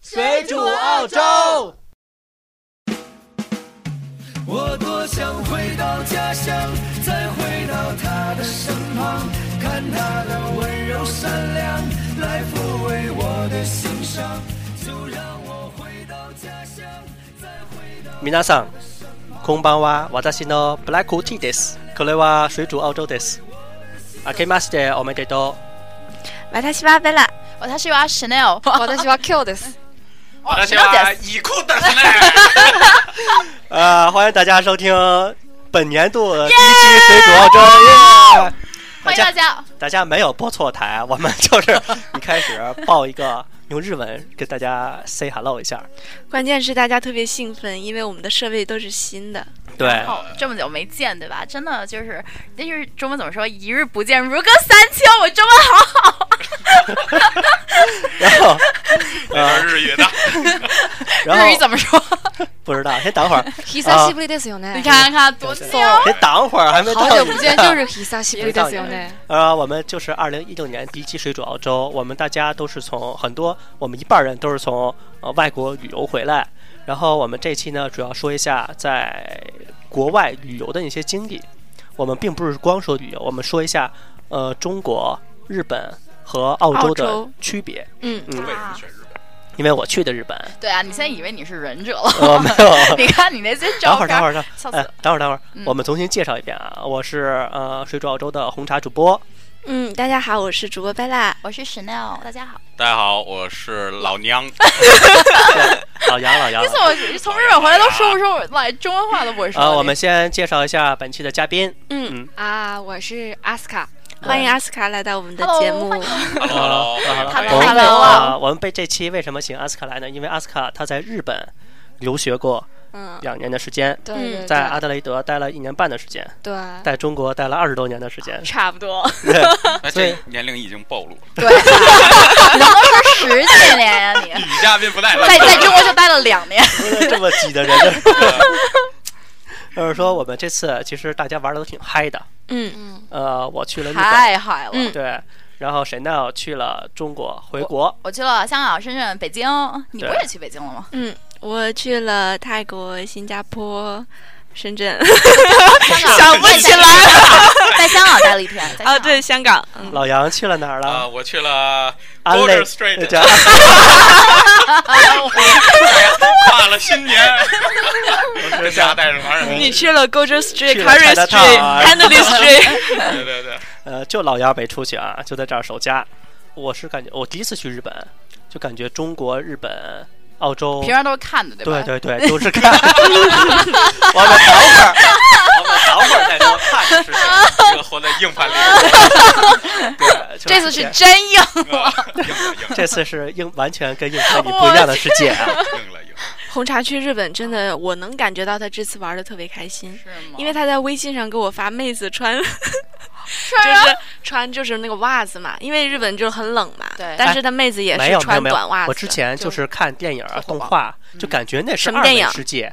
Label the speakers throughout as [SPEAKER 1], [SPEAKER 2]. [SPEAKER 1] 水煮澳洲。
[SPEAKER 2] 我多想回到家乡，再回到他的身旁，看他的温柔善良，来抚慰我的心伤。就让我回到家乡，再回到。
[SPEAKER 1] 皆さん、こんばんは。私のブラックティーです。これは水煮澳洲です。あけましておめでとう。
[SPEAKER 3] 私はベラ。
[SPEAKER 4] 我哦他是玩 Chanel，
[SPEAKER 3] 我的希望 Q 的是
[SPEAKER 5] 私は已故的ね。
[SPEAKER 1] 呃，欢迎大家收听本年度的第一期水煮澳洲。耶大
[SPEAKER 4] 欢迎大
[SPEAKER 1] 家
[SPEAKER 4] 家。
[SPEAKER 1] 大家没有播错台，我们就是 一开始报一个用日文跟大家 say hello 一下。
[SPEAKER 3] 关键是大家特别兴奋，因为我们的设备都是新的。
[SPEAKER 1] 对，
[SPEAKER 4] 哦，这么久没见，对吧？真的就是，那就是中文怎么说？一日不见，如隔三秋。我中文好好，
[SPEAKER 1] 然后呃
[SPEAKER 5] 那是日语的，
[SPEAKER 1] 然后
[SPEAKER 4] 日语怎么 说？
[SPEAKER 1] 不知道，先等会儿，
[SPEAKER 6] ひさしぶりですよね。
[SPEAKER 4] 你看看多牛！
[SPEAKER 1] 先等会儿，还没到
[SPEAKER 6] 好久不见，
[SPEAKER 1] 呢
[SPEAKER 6] 就是ひさしぶりですよね。
[SPEAKER 1] 呃，我们就是二零一六年第一期水煮澳洲，我们大家都是从很多，我们一半人都是从呃外国旅游回来，然后我们这期呢主要说一下在国外旅游的一些经历，我们并不是光说旅游，我们说一下呃中国、日本和澳洲
[SPEAKER 3] 澳
[SPEAKER 1] 的
[SPEAKER 3] 洲
[SPEAKER 1] 区别，
[SPEAKER 3] 嗯，
[SPEAKER 1] 嗯
[SPEAKER 5] 为什么选日本？
[SPEAKER 1] 因为我去的日 本，
[SPEAKER 4] 对哦啊，你现在以为你是忍者了？
[SPEAKER 1] 呃没有，
[SPEAKER 4] 你看你那些
[SPEAKER 1] 等
[SPEAKER 4] 照
[SPEAKER 1] 会儿等会儿
[SPEAKER 4] 片，
[SPEAKER 1] 等会儿，
[SPEAKER 4] 笑死
[SPEAKER 1] 哎
[SPEAKER 4] 了。，
[SPEAKER 1] 等会儿等会儿，
[SPEAKER 4] 嗯
[SPEAKER 1] 我们重新介绍一遍啊，我是呃水煮澳洲的红茶主 播，
[SPEAKER 3] 嗯，大家好，我是主播贝拉。
[SPEAKER 4] 我是 Chanel，大家好。
[SPEAKER 5] 大家好，我是老娘。
[SPEAKER 1] 老杨老杨
[SPEAKER 4] 你。怎么从日本回来都说不出来中文话的哦我说
[SPEAKER 1] 啊，
[SPEAKER 4] 的？
[SPEAKER 1] 我们先介绍一下本期的嘉宾，
[SPEAKER 3] 嗯，
[SPEAKER 6] 啊，我是阿斯卡。
[SPEAKER 3] 欢迎阿斯卡来到我们的节目。
[SPEAKER 5] Hello，
[SPEAKER 4] 欢迎
[SPEAKER 1] 我们
[SPEAKER 4] Hello，
[SPEAKER 1] 被
[SPEAKER 4] Hello。
[SPEAKER 1] 啊，我们被这期为什么请阿斯卡来呢？因为阿斯卡他在日本留学过
[SPEAKER 6] 嗯，
[SPEAKER 1] 两年的时间，
[SPEAKER 6] 对
[SPEAKER 3] 嗯
[SPEAKER 6] 对嗯
[SPEAKER 1] 在阿
[SPEAKER 6] 对
[SPEAKER 1] 德雷德待了一年半的时间，
[SPEAKER 6] 对，
[SPEAKER 1] 在中国待了二十多年的时间
[SPEAKER 4] 差不多，
[SPEAKER 1] 对
[SPEAKER 5] 哎
[SPEAKER 1] 所以
[SPEAKER 5] 这年龄已经暴露了，
[SPEAKER 4] 对，你都说十几年呀，你
[SPEAKER 5] 女嘉宾不带 了。
[SPEAKER 4] 在在中国就待了两年。
[SPEAKER 1] 这么挤的人，就是说我们这次其实大家玩的都挺嗨的。
[SPEAKER 3] 嗯，
[SPEAKER 6] 嗯，
[SPEAKER 1] 呃，我去了日本，
[SPEAKER 4] 太嗨了！
[SPEAKER 3] 嗯
[SPEAKER 1] 对，然后 Chanel 去了中国，回国，
[SPEAKER 4] 我去了香港、深圳、北京，你不
[SPEAKER 1] 对
[SPEAKER 4] 是也去北京 了吗？
[SPEAKER 3] 嗯我去了泰国、新加坡、深圳
[SPEAKER 4] 香港
[SPEAKER 3] 想不起来
[SPEAKER 4] 了， 在香港待了一天。在香港
[SPEAKER 3] 啊， 对，，香港。嗯，
[SPEAKER 1] 老杨去了哪儿
[SPEAKER 5] 啊，
[SPEAKER 1] 了？
[SPEAKER 5] 我去了
[SPEAKER 1] 安
[SPEAKER 5] Border
[SPEAKER 1] 利
[SPEAKER 5] Street，
[SPEAKER 1] 叫
[SPEAKER 4] 哦
[SPEAKER 5] 跨了新年，跟大家带着玩儿。
[SPEAKER 3] 你去了 g o r g e Street、
[SPEAKER 1] 去
[SPEAKER 3] c
[SPEAKER 1] 了
[SPEAKER 3] a r r y
[SPEAKER 1] Chinatown
[SPEAKER 3] Street、
[SPEAKER 1] 啊
[SPEAKER 3] Henley Street。
[SPEAKER 5] 对对对，
[SPEAKER 1] 呃，就老杨没出去啊，就在这儿守家。我是感觉我第一次去日本，就感觉中国、日本、澳洲
[SPEAKER 4] 平，常都是看的，对吧？
[SPEAKER 1] 对对对，都是看。我们等会儿，我们等会儿再说看的事情。
[SPEAKER 5] 这个活在硬盘里，
[SPEAKER 1] 对，就
[SPEAKER 4] 这次 是真硬，
[SPEAKER 5] 啊硬了硬了
[SPEAKER 1] 这次是硬，完全跟硬汉里不一样的世界啊！
[SPEAKER 5] 硬了硬了。
[SPEAKER 3] 红茶去日本真的，我能感觉到他这次玩的特别开心，
[SPEAKER 4] 是吗
[SPEAKER 3] 因为他在微信上给我发妹子穿 就
[SPEAKER 4] 就是
[SPEAKER 3] 穿就是那个袜子嘛，因为日本就很冷嘛。
[SPEAKER 4] 对
[SPEAKER 3] 但是他妹子也
[SPEAKER 1] 哎没
[SPEAKER 3] 是
[SPEAKER 1] 有没有
[SPEAKER 3] 穿
[SPEAKER 1] 没有
[SPEAKER 3] 短袜，子。
[SPEAKER 1] 我之前就是看电影啊、
[SPEAKER 4] 就
[SPEAKER 1] 动画，就感觉那是
[SPEAKER 3] 什么
[SPEAKER 1] 二
[SPEAKER 3] 电
[SPEAKER 1] 维
[SPEAKER 3] 影
[SPEAKER 1] 世界，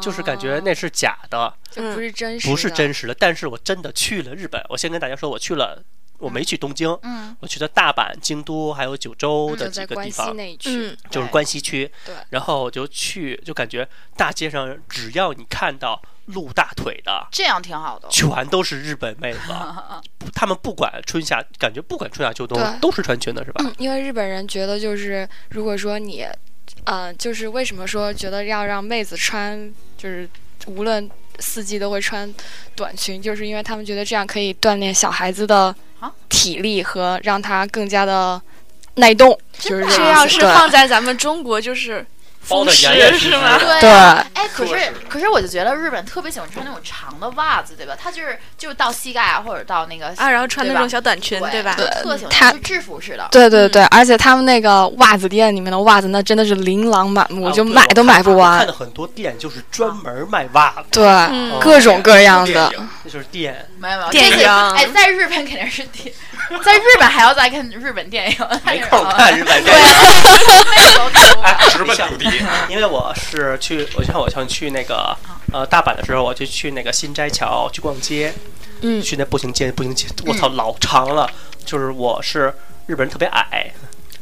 [SPEAKER 1] 就是感觉那是假的，
[SPEAKER 6] 就
[SPEAKER 3] 嗯
[SPEAKER 6] 不是真实，
[SPEAKER 1] 不是。真实的。但是我真的去了日本，我先跟大家说，我去了，我没去东京，
[SPEAKER 4] 嗯，
[SPEAKER 1] 我去的大阪、京都还有九州的
[SPEAKER 6] 嗯就
[SPEAKER 1] 几
[SPEAKER 6] 在
[SPEAKER 1] 个
[SPEAKER 6] 关
[SPEAKER 1] 地
[SPEAKER 6] 西
[SPEAKER 1] 方，
[SPEAKER 6] 那一区
[SPEAKER 3] 嗯，
[SPEAKER 1] 就是关西区。
[SPEAKER 6] 对
[SPEAKER 1] 然后我就去，就感觉大街上只要你看到露大腿的，
[SPEAKER 4] 这样挺好的。哦
[SPEAKER 1] 全都是日本 妹子，不他们不管春夏，感觉不管春夏秋冬
[SPEAKER 6] 对
[SPEAKER 1] 都是穿裙的，是吧？
[SPEAKER 6] 嗯因为日本人觉得就是，如果说你，呃，就是为什么说觉得要让妹子穿，就是无论四季都会穿短裙，就是因为他们觉得这样可以锻炼小孩子的
[SPEAKER 4] 啊
[SPEAKER 6] 体力和让他更加的耐冻，就是
[SPEAKER 3] 这
[SPEAKER 6] 样
[SPEAKER 3] 要
[SPEAKER 6] 子
[SPEAKER 3] 是
[SPEAKER 6] 对
[SPEAKER 3] 放在咱们中国就是
[SPEAKER 1] 包
[SPEAKER 3] 风
[SPEAKER 1] 的严
[SPEAKER 3] 湿
[SPEAKER 1] 严实
[SPEAKER 3] 是
[SPEAKER 1] 实
[SPEAKER 3] 吗？
[SPEAKER 4] 对
[SPEAKER 6] 对
[SPEAKER 4] 啊哎，可
[SPEAKER 5] 说
[SPEAKER 4] 是可是我就觉得日本特别喜欢穿那种长的袜子，对吧？他就是就是到膝盖啊，或者到那个
[SPEAKER 3] 啊，然后穿那
[SPEAKER 4] 对吧
[SPEAKER 3] 种小短裙，对吧？
[SPEAKER 4] 就特喜欢
[SPEAKER 6] 他
[SPEAKER 4] 就是制服式的。
[SPEAKER 6] 对对对，而且他们那个袜子店里面的袜子，那真的是琳琅满目，
[SPEAKER 1] 啊
[SPEAKER 6] 就
[SPEAKER 1] 对
[SPEAKER 6] 买
[SPEAKER 1] 我
[SPEAKER 6] 都买
[SPEAKER 1] 看
[SPEAKER 6] 不
[SPEAKER 1] 我看
[SPEAKER 6] 完。
[SPEAKER 1] 的很多店就是专门卖袜子，
[SPEAKER 6] 对，
[SPEAKER 3] 嗯
[SPEAKER 1] 哦
[SPEAKER 6] 各种各样
[SPEAKER 5] 电
[SPEAKER 6] 的。
[SPEAKER 5] 影
[SPEAKER 1] 那就是店。
[SPEAKER 4] 没有没有，
[SPEAKER 3] 电
[SPEAKER 4] 这个
[SPEAKER 3] 影
[SPEAKER 4] 哎，在日本肯定是电，在日本还要再看日本电影，
[SPEAKER 1] 没空看日 本电影，
[SPEAKER 6] 啊
[SPEAKER 5] 直奔主题，
[SPEAKER 1] 因为我是去，我像我像去那
[SPEAKER 3] 啊
[SPEAKER 1] 个呃大阪的时候，我就去那个新斋桥去逛街，
[SPEAKER 6] 嗯
[SPEAKER 3] 嗯
[SPEAKER 1] 去那步行街，步行街，我操，老长了。就是我是日本人，特别矮，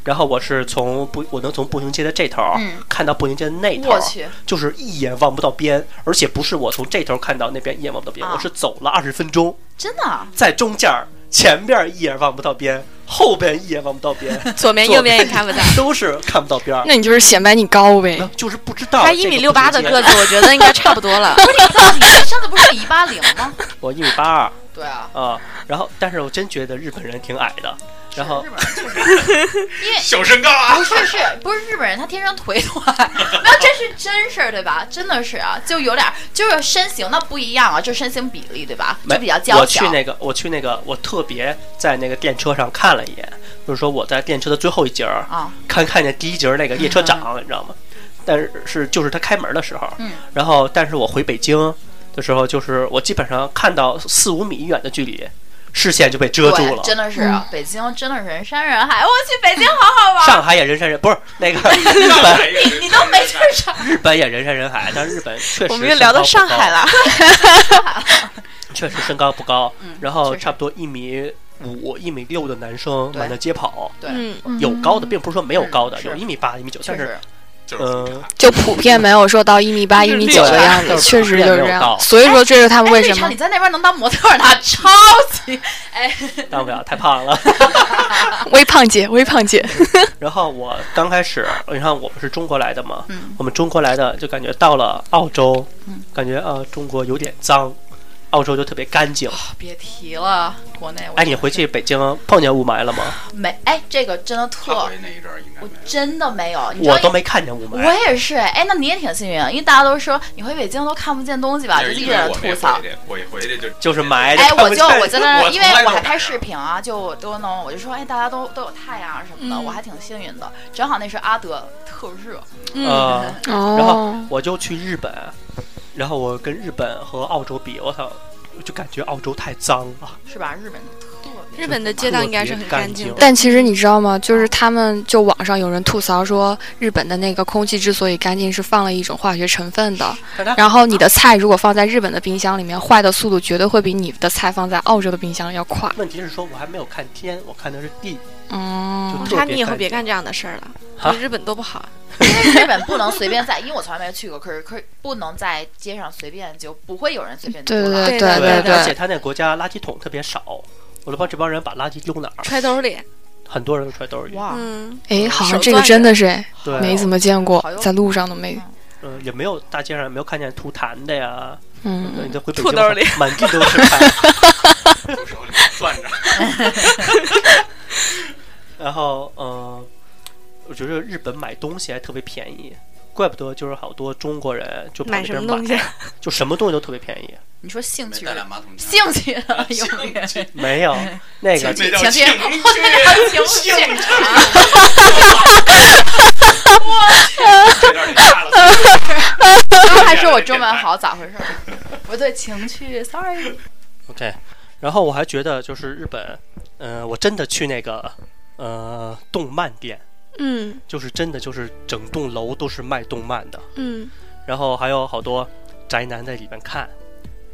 [SPEAKER 1] 然后我是从步，我能从步行街的这头儿
[SPEAKER 4] 嗯，
[SPEAKER 1] 看到步行街的那头
[SPEAKER 4] 我
[SPEAKER 1] 儿，
[SPEAKER 4] 去，
[SPEAKER 1] 就是一眼望不到边，而且不是我从这头看到那边一眼望不到边，
[SPEAKER 4] 啊
[SPEAKER 1] 我是走了二十分钟，
[SPEAKER 4] 真的啊，
[SPEAKER 1] 在中间儿前边儿一眼望不到边，后边一眼望不到边，
[SPEAKER 3] 左边
[SPEAKER 1] 左
[SPEAKER 3] 哎右边也看不到。
[SPEAKER 1] 都是看不到边儿，
[SPEAKER 6] 那你就是显摆你高呗
[SPEAKER 1] 那。就是不知道。
[SPEAKER 3] 他一米六八的个，子，我觉得应该差不 多了。
[SPEAKER 4] 你上次不是一八零吗？
[SPEAKER 1] 我一米八二
[SPEAKER 4] 对啊，
[SPEAKER 1] 啊，然后但是我真觉得日本人挺矮的，然后
[SPEAKER 4] 日本人确实
[SPEAKER 5] 小身高啊
[SPEAKER 4] 不！是是不是日本人，他天生腿短， 没有这是真事儿对吧？真的是啊，就有点儿就是身形那不一样啊，就身形比例对吧？
[SPEAKER 1] 没
[SPEAKER 4] 就比较娇
[SPEAKER 1] 我
[SPEAKER 4] 小
[SPEAKER 1] 去。那个，我去那个，我特别在那个电车上看了一眼，就是说我在电车的最后一节儿
[SPEAKER 4] 啊，
[SPEAKER 1] 看看见第一节儿那个列车长，你知道吗？但是是就是他开门的时候，
[SPEAKER 4] 嗯，
[SPEAKER 1] 然后但是我回北京的时候，就是我基本上看到四五米远的距离，视线就被遮住
[SPEAKER 4] 对，
[SPEAKER 1] 了。
[SPEAKER 4] 真的是
[SPEAKER 6] 嗯
[SPEAKER 4] 啊，北京真的是人山人海。我去，北京好好玩儿，
[SPEAKER 1] 上海也人山人，不是那 个日本，
[SPEAKER 4] 你你都没去 上
[SPEAKER 1] 日本也人山人海，但是日本确实
[SPEAKER 3] 我们又聊到上海
[SPEAKER 1] 了。
[SPEAKER 3] 了，
[SPEAKER 1] 确实身高不高，
[SPEAKER 4] 嗯
[SPEAKER 1] 然后
[SPEAKER 4] 确实
[SPEAKER 1] 差不多一米五、一米六的男生
[SPEAKER 4] 对
[SPEAKER 1] 满大街跑，
[SPEAKER 4] 对
[SPEAKER 3] 嗯，
[SPEAKER 1] 有高的，并不是说没有高的，
[SPEAKER 4] 是
[SPEAKER 1] 有一米八、一米九，
[SPEAKER 4] 确
[SPEAKER 1] 但是
[SPEAKER 4] 实，
[SPEAKER 5] 就是
[SPEAKER 1] 呃，
[SPEAKER 6] 就普遍没有说到一米八、一米九的样子，确实就是这样。所以说这是他们
[SPEAKER 4] 哎，
[SPEAKER 6] 为
[SPEAKER 4] 绿
[SPEAKER 6] 什
[SPEAKER 4] 茶，
[SPEAKER 6] 么
[SPEAKER 4] 你在那边能当模特儿呢，超级 哎，
[SPEAKER 1] 当不了太胖 了。
[SPEAKER 6] 微胖姐、微胖姐。
[SPEAKER 1] 然后我刚开始，你看我们是中国来的嘛，
[SPEAKER 4] 嗯
[SPEAKER 1] 我们中国来的就感觉到了澳洲，
[SPEAKER 4] 嗯
[SPEAKER 1] 感觉啊、呃中国有点脏，澳洲就特别干净。
[SPEAKER 4] 别提了，国内我
[SPEAKER 1] 哎，你回去北京碰见雾霾了吗？
[SPEAKER 4] 没哎，这个真的
[SPEAKER 5] 他
[SPEAKER 4] 特
[SPEAKER 5] 回，那一阵儿应该
[SPEAKER 4] 我
[SPEAKER 5] 没有。
[SPEAKER 4] 真的没有，你知道
[SPEAKER 1] 我都没看见雾
[SPEAKER 4] 我
[SPEAKER 1] 霾。
[SPEAKER 4] 也是，哎，那你也挺幸运，因为大家都说你回北京都看不见东西吧，
[SPEAKER 5] 那
[SPEAKER 4] 就是一
[SPEAKER 5] 因
[SPEAKER 4] 直在
[SPEAKER 5] 为
[SPEAKER 4] 那
[SPEAKER 5] 我没
[SPEAKER 4] 吐槽
[SPEAKER 5] 回。去，我一回去就
[SPEAKER 1] 就是霾的
[SPEAKER 4] 哎，
[SPEAKER 1] 看
[SPEAKER 4] 我
[SPEAKER 1] 不
[SPEAKER 4] 就
[SPEAKER 1] 见，
[SPEAKER 4] 我在那
[SPEAKER 5] 我
[SPEAKER 4] 儿，
[SPEAKER 5] 从
[SPEAKER 4] 因为
[SPEAKER 5] 来
[SPEAKER 4] 我
[SPEAKER 5] 就
[SPEAKER 4] 还
[SPEAKER 5] 没
[SPEAKER 4] 拍
[SPEAKER 5] 有
[SPEAKER 4] 视频啊，就都能，我就说，哎，大家都都有太阳什么的，
[SPEAKER 6] 嗯
[SPEAKER 4] 我还挺幸运的。正好那时候阿德特热，
[SPEAKER 1] 呃，
[SPEAKER 4] 嗯
[SPEAKER 1] 然后
[SPEAKER 6] 哦，
[SPEAKER 1] 我就去日本，然后我跟日本和澳洲比，我操，就感觉澳洲太脏了。
[SPEAKER 4] 是吧？日本就特别
[SPEAKER 3] 日本的街道应该是很干净的。
[SPEAKER 6] 但其实你知道吗？就是他们就网上有人吐槽说，日本的那个空气之所以干净，是放了一种化学成分的。
[SPEAKER 1] 但它
[SPEAKER 6] 然后你的菜如果放在日本的冰箱里面，坏的速度绝对会比你的菜放在澳洲的冰箱要快。
[SPEAKER 1] 问题是说我还没有看天，我看的是地，
[SPEAKER 6] 嗯
[SPEAKER 1] 就，特别
[SPEAKER 3] 他你以后
[SPEAKER 1] 干
[SPEAKER 3] 别
[SPEAKER 1] 净
[SPEAKER 3] 干这样的事儿了，
[SPEAKER 1] 啊
[SPEAKER 3] 对日本都不好。
[SPEAKER 4] 因为日本不能随便在，因为我从来没有去过，可是可是不能在街上随便就不会有人随便丢
[SPEAKER 6] 对
[SPEAKER 4] 了。
[SPEAKER 6] 对
[SPEAKER 3] 对
[SPEAKER 6] 对
[SPEAKER 1] 而且他那国家垃圾桶特别少，我都不知道这帮人把垃圾丢哪儿，
[SPEAKER 3] 揣兜
[SPEAKER 1] 啊
[SPEAKER 3] 里，
[SPEAKER 1] 很多人都揣兜里，
[SPEAKER 4] 哇，
[SPEAKER 3] 嗯，
[SPEAKER 6] 哎，好像
[SPEAKER 3] 手
[SPEAKER 6] 这个
[SPEAKER 3] 攥
[SPEAKER 6] 真
[SPEAKER 3] 着
[SPEAKER 6] 的是哎，
[SPEAKER 1] 对，
[SPEAKER 6] 没怎么见过
[SPEAKER 4] 好，用
[SPEAKER 6] 在路上都没。
[SPEAKER 4] 嗯
[SPEAKER 1] 呃，也没有大街上也没有看见吐痰的呀，
[SPEAKER 6] 嗯，
[SPEAKER 1] 你再回北
[SPEAKER 3] 吐
[SPEAKER 1] 京
[SPEAKER 3] 兜里
[SPEAKER 1] 满地都是痰，
[SPEAKER 5] 手里攥着，
[SPEAKER 1] 然后嗯、呃我觉得日本买东西还特别便宜。怪不得就是好多中国人就跑
[SPEAKER 3] 买
[SPEAKER 1] 那
[SPEAKER 3] 什
[SPEAKER 1] 边
[SPEAKER 3] 么东西
[SPEAKER 1] 买？就什么东西都特别便宜。
[SPEAKER 4] 你说兴
[SPEAKER 5] 没
[SPEAKER 4] 趣
[SPEAKER 5] 带俩马桶架。
[SPEAKER 4] 兴趣啊了，有没 有？
[SPEAKER 5] 兴趣，
[SPEAKER 1] 没有那个
[SPEAKER 5] 那叫
[SPEAKER 4] 前
[SPEAKER 5] 兴
[SPEAKER 4] 天
[SPEAKER 5] 趣，
[SPEAKER 4] 情绪
[SPEAKER 5] 兴趣。这段你掐了。
[SPEAKER 4] 还说
[SPEAKER 1] 哎
[SPEAKER 4] 我中文好，咋回事 儿？我对情趣，sorry。
[SPEAKER 1] OK，然后我还觉得就是日本，嗯、我真的去那个呃动漫店，
[SPEAKER 3] 嗯
[SPEAKER 1] 就是真的就是整栋楼都是卖动漫的，
[SPEAKER 3] 嗯，
[SPEAKER 1] 然后还有好多宅男在里面看，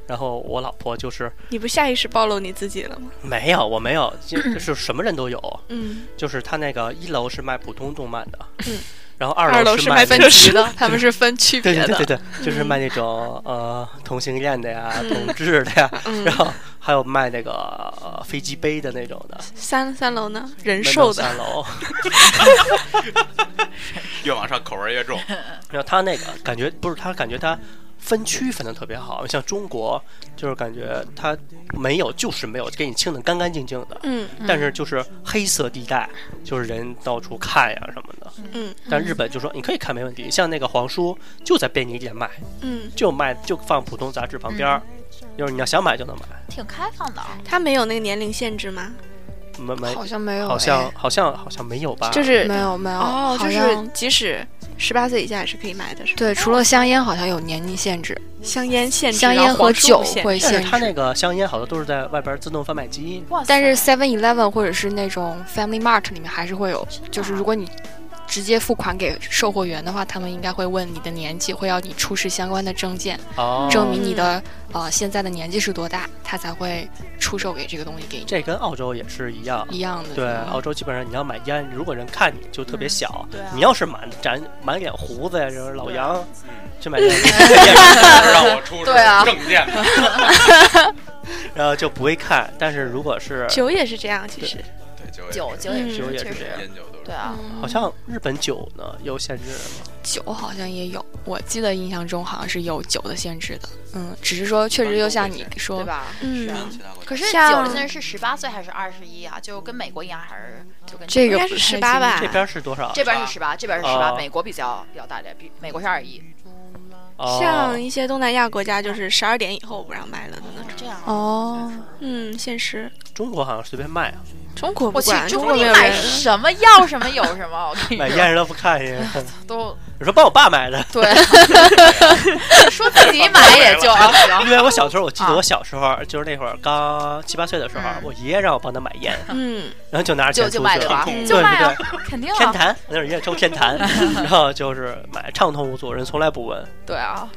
[SPEAKER 1] 然后我老婆就是
[SPEAKER 3] 你不下意识暴露你自己了吗？
[SPEAKER 1] 没有，我没有，就就是什么人都有，
[SPEAKER 3] 嗯，
[SPEAKER 1] 就是他那个一楼是卖普通动漫的，
[SPEAKER 3] 嗯
[SPEAKER 1] 然后
[SPEAKER 3] 二
[SPEAKER 1] 二
[SPEAKER 3] 楼
[SPEAKER 1] 是
[SPEAKER 3] 是卖
[SPEAKER 1] 那
[SPEAKER 3] 分
[SPEAKER 1] 个
[SPEAKER 3] 级的，他们是分区
[SPEAKER 1] 对
[SPEAKER 3] 别
[SPEAKER 1] 对对对
[SPEAKER 3] 的。
[SPEAKER 1] 对，就是卖那种呃同性恋的呀、
[SPEAKER 3] 嗯
[SPEAKER 1] 同 志的呀，
[SPEAKER 3] 嗯
[SPEAKER 1] 然，后还有卖那个、呃飞机杯的那种的，
[SPEAKER 3] 三三楼呢，人
[SPEAKER 1] 卖
[SPEAKER 3] 寿
[SPEAKER 1] 到
[SPEAKER 3] 的，
[SPEAKER 1] 三楼。
[SPEAKER 5] 越往上口味越 重。
[SPEAKER 1] 然后他那个感觉不是他感觉他分区分的特别好，像中国就是感觉他没有就是没有给你清的干干净净的，
[SPEAKER 3] 嗯
[SPEAKER 1] 但是就是黑色地带，就是人到处看呀什么的。
[SPEAKER 3] 嗯
[SPEAKER 1] 但日本就说你可以看没问题，像那个黄书就在便利店卖，
[SPEAKER 3] 嗯，
[SPEAKER 1] 就卖就放普通杂志旁边儿，就是你要想买就能买，
[SPEAKER 4] 挺开放的啊，
[SPEAKER 3] 他没有那个年龄限制吗？
[SPEAKER 1] 没没
[SPEAKER 6] 好像没有哎，
[SPEAKER 1] 好像好像好像没有吧？
[SPEAKER 3] 就是
[SPEAKER 6] 没有没有，
[SPEAKER 3] 哦，
[SPEAKER 6] 好
[SPEAKER 3] 就
[SPEAKER 6] 像
[SPEAKER 3] 是即使十八岁以下也是可以买的，是吧？
[SPEAKER 6] 对，除了香烟好像有年龄限制，
[SPEAKER 3] 香烟限制，
[SPEAKER 6] 香
[SPEAKER 3] 然
[SPEAKER 6] 烟
[SPEAKER 3] 后黄
[SPEAKER 6] 和
[SPEAKER 3] 书
[SPEAKER 6] 酒
[SPEAKER 3] 不限
[SPEAKER 6] 会
[SPEAKER 1] 但是
[SPEAKER 6] 限
[SPEAKER 1] 他
[SPEAKER 6] 制。
[SPEAKER 1] 那个香烟好多都是在外边儿自动贩卖机，
[SPEAKER 4] 哇塞
[SPEAKER 6] 但是 Seven Eleven 或者是那种 Family Mart 里面还是会有，就是如果你直接付款给售货员的话，他们应该会问你的年纪，会要你出示相关的证件，
[SPEAKER 1] 哦，
[SPEAKER 6] 证明你的呃现在的年纪是多大，他才会出售给这个东西给你。
[SPEAKER 1] 这跟澳洲也是一样。
[SPEAKER 6] 一样的，
[SPEAKER 1] 对，
[SPEAKER 6] 嗯
[SPEAKER 1] 澳洲基本上你要买烟，如果人看你就特别小，
[SPEAKER 4] 对啊
[SPEAKER 1] 你要是满长满脸胡子呀，就是老杨
[SPEAKER 5] 嗯
[SPEAKER 1] 去买烟，
[SPEAKER 5] 让我出示
[SPEAKER 4] 对啊
[SPEAKER 5] 证件，
[SPEAKER 1] 然后就不会看。但是如果是
[SPEAKER 3] 酒也是这样，其实
[SPEAKER 5] 对酒
[SPEAKER 4] 酒酒
[SPEAKER 3] 嗯
[SPEAKER 4] 也
[SPEAKER 1] 酒
[SPEAKER 4] 是，
[SPEAKER 1] 也
[SPEAKER 4] 确
[SPEAKER 1] 是这样
[SPEAKER 4] 实，
[SPEAKER 5] 烟酒都
[SPEAKER 4] 对
[SPEAKER 5] 是。
[SPEAKER 4] 啊，
[SPEAKER 6] 嗯
[SPEAKER 1] 好像日本酒呢有限制吗？
[SPEAKER 6] 酒好像也有，我记得印象中好像是有酒的限制的，嗯，只是说确实就像你
[SPEAKER 4] 对
[SPEAKER 6] 说，
[SPEAKER 4] 吧？
[SPEAKER 3] 嗯
[SPEAKER 4] 是啊
[SPEAKER 5] 跟其他国家
[SPEAKER 4] 可是
[SPEAKER 3] 像
[SPEAKER 4] 酒的现在是十八岁还是二十一啊？就跟美国一样，还是就跟
[SPEAKER 6] 这
[SPEAKER 3] 应
[SPEAKER 6] 个
[SPEAKER 3] 该
[SPEAKER 6] 不
[SPEAKER 3] 是
[SPEAKER 6] 太
[SPEAKER 3] 十八吧
[SPEAKER 1] 这。边是多少？
[SPEAKER 4] 这边是十八，这边是十八，
[SPEAKER 1] 哦
[SPEAKER 4] 美国比较比较大点，比美国是二十一，
[SPEAKER 1] 哦
[SPEAKER 3] 像一些东南亚国家，就是十二点以后不让卖了的那种。
[SPEAKER 4] 这样啊。
[SPEAKER 6] 哦，
[SPEAKER 3] 嗯，现实
[SPEAKER 1] 中国好像随便卖啊，
[SPEAKER 3] 中国
[SPEAKER 4] 我
[SPEAKER 3] 不
[SPEAKER 4] 去
[SPEAKER 3] 管，，
[SPEAKER 4] 中
[SPEAKER 3] 中
[SPEAKER 4] 国
[SPEAKER 3] 国
[SPEAKER 4] 你
[SPEAKER 3] 没有
[SPEAKER 4] 买
[SPEAKER 3] 人。
[SPEAKER 4] 什么要什么有什么，我跟你
[SPEAKER 1] 买
[SPEAKER 4] 说
[SPEAKER 1] 烟人都不看人。
[SPEAKER 4] 都
[SPEAKER 1] 你说帮我爸买的，
[SPEAKER 4] 对，说自己 买也就啊行
[SPEAKER 1] 因为我小时候，我记得
[SPEAKER 4] 啊
[SPEAKER 1] 我小时候就是那会儿刚七八岁的时候，
[SPEAKER 4] 嗯
[SPEAKER 1] 我爷爷让我帮他买烟，
[SPEAKER 3] 嗯，
[SPEAKER 1] 然后就拿着钱出
[SPEAKER 4] 就就
[SPEAKER 1] 去
[SPEAKER 4] 卖对吧
[SPEAKER 1] 畅？通
[SPEAKER 4] 就
[SPEAKER 1] 对
[SPEAKER 4] 卖啊
[SPEAKER 1] 对对，，
[SPEAKER 4] 肯定
[SPEAKER 1] 天
[SPEAKER 4] 啊，
[SPEAKER 1] 坛那人家抽天 坛，然后就是买畅通无阻，人从来不问，
[SPEAKER 4] 对啊，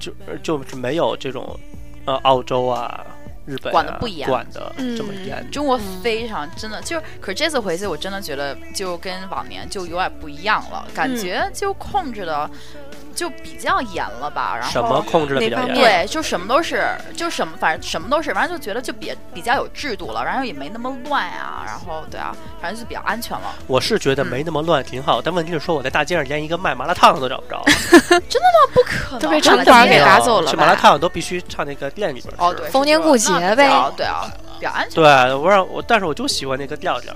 [SPEAKER 1] 就就是没有这种呃澳洲啊、日本啊
[SPEAKER 4] 管得不严
[SPEAKER 1] 管的
[SPEAKER 3] 嗯
[SPEAKER 1] 这么严。
[SPEAKER 4] 中国非常真的就是，可是这次回去我真的觉得就跟往年就有点不一样了，感觉就控制的就比较严了吧，然
[SPEAKER 1] 什么
[SPEAKER 4] 后。
[SPEAKER 1] 控制的比较
[SPEAKER 3] 哪方
[SPEAKER 1] 严？
[SPEAKER 3] 面
[SPEAKER 4] 对，就什么都是，就什么，反正什么都是，反正就觉得就比比较有制度了，然后也没那么乱啊，然后对啊，反正就比较安全了。
[SPEAKER 1] 我是觉得没那么乱，挺好。但问题是说，我在大街上连一个卖麻辣烫的都找不着，
[SPEAKER 4] 不可能，
[SPEAKER 3] 都被
[SPEAKER 4] 炸
[SPEAKER 3] 城
[SPEAKER 4] 了
[SPEAKER 3] 管
[SPEAKER 4] 街
[SPEAKER 3] 给
[SPEAKER 4] 上
[SPEAKER 3] 打走了
[SPEAKER 1] 去
[SPEAKER 3] 吧
[SPEAKER 1] 麻辣烫都必须上那个店里边吃。
[SPEAKER 4] 哦，对，
[SPEAKER 6] 逢年过节
[SPEAKER 4] 那比
[SPEAKER 6] 呗
[SPEAKER 4] 较对啊，比较安全。
[SPEAKER 1] 对，我让我，但是我就喜欢那个调调。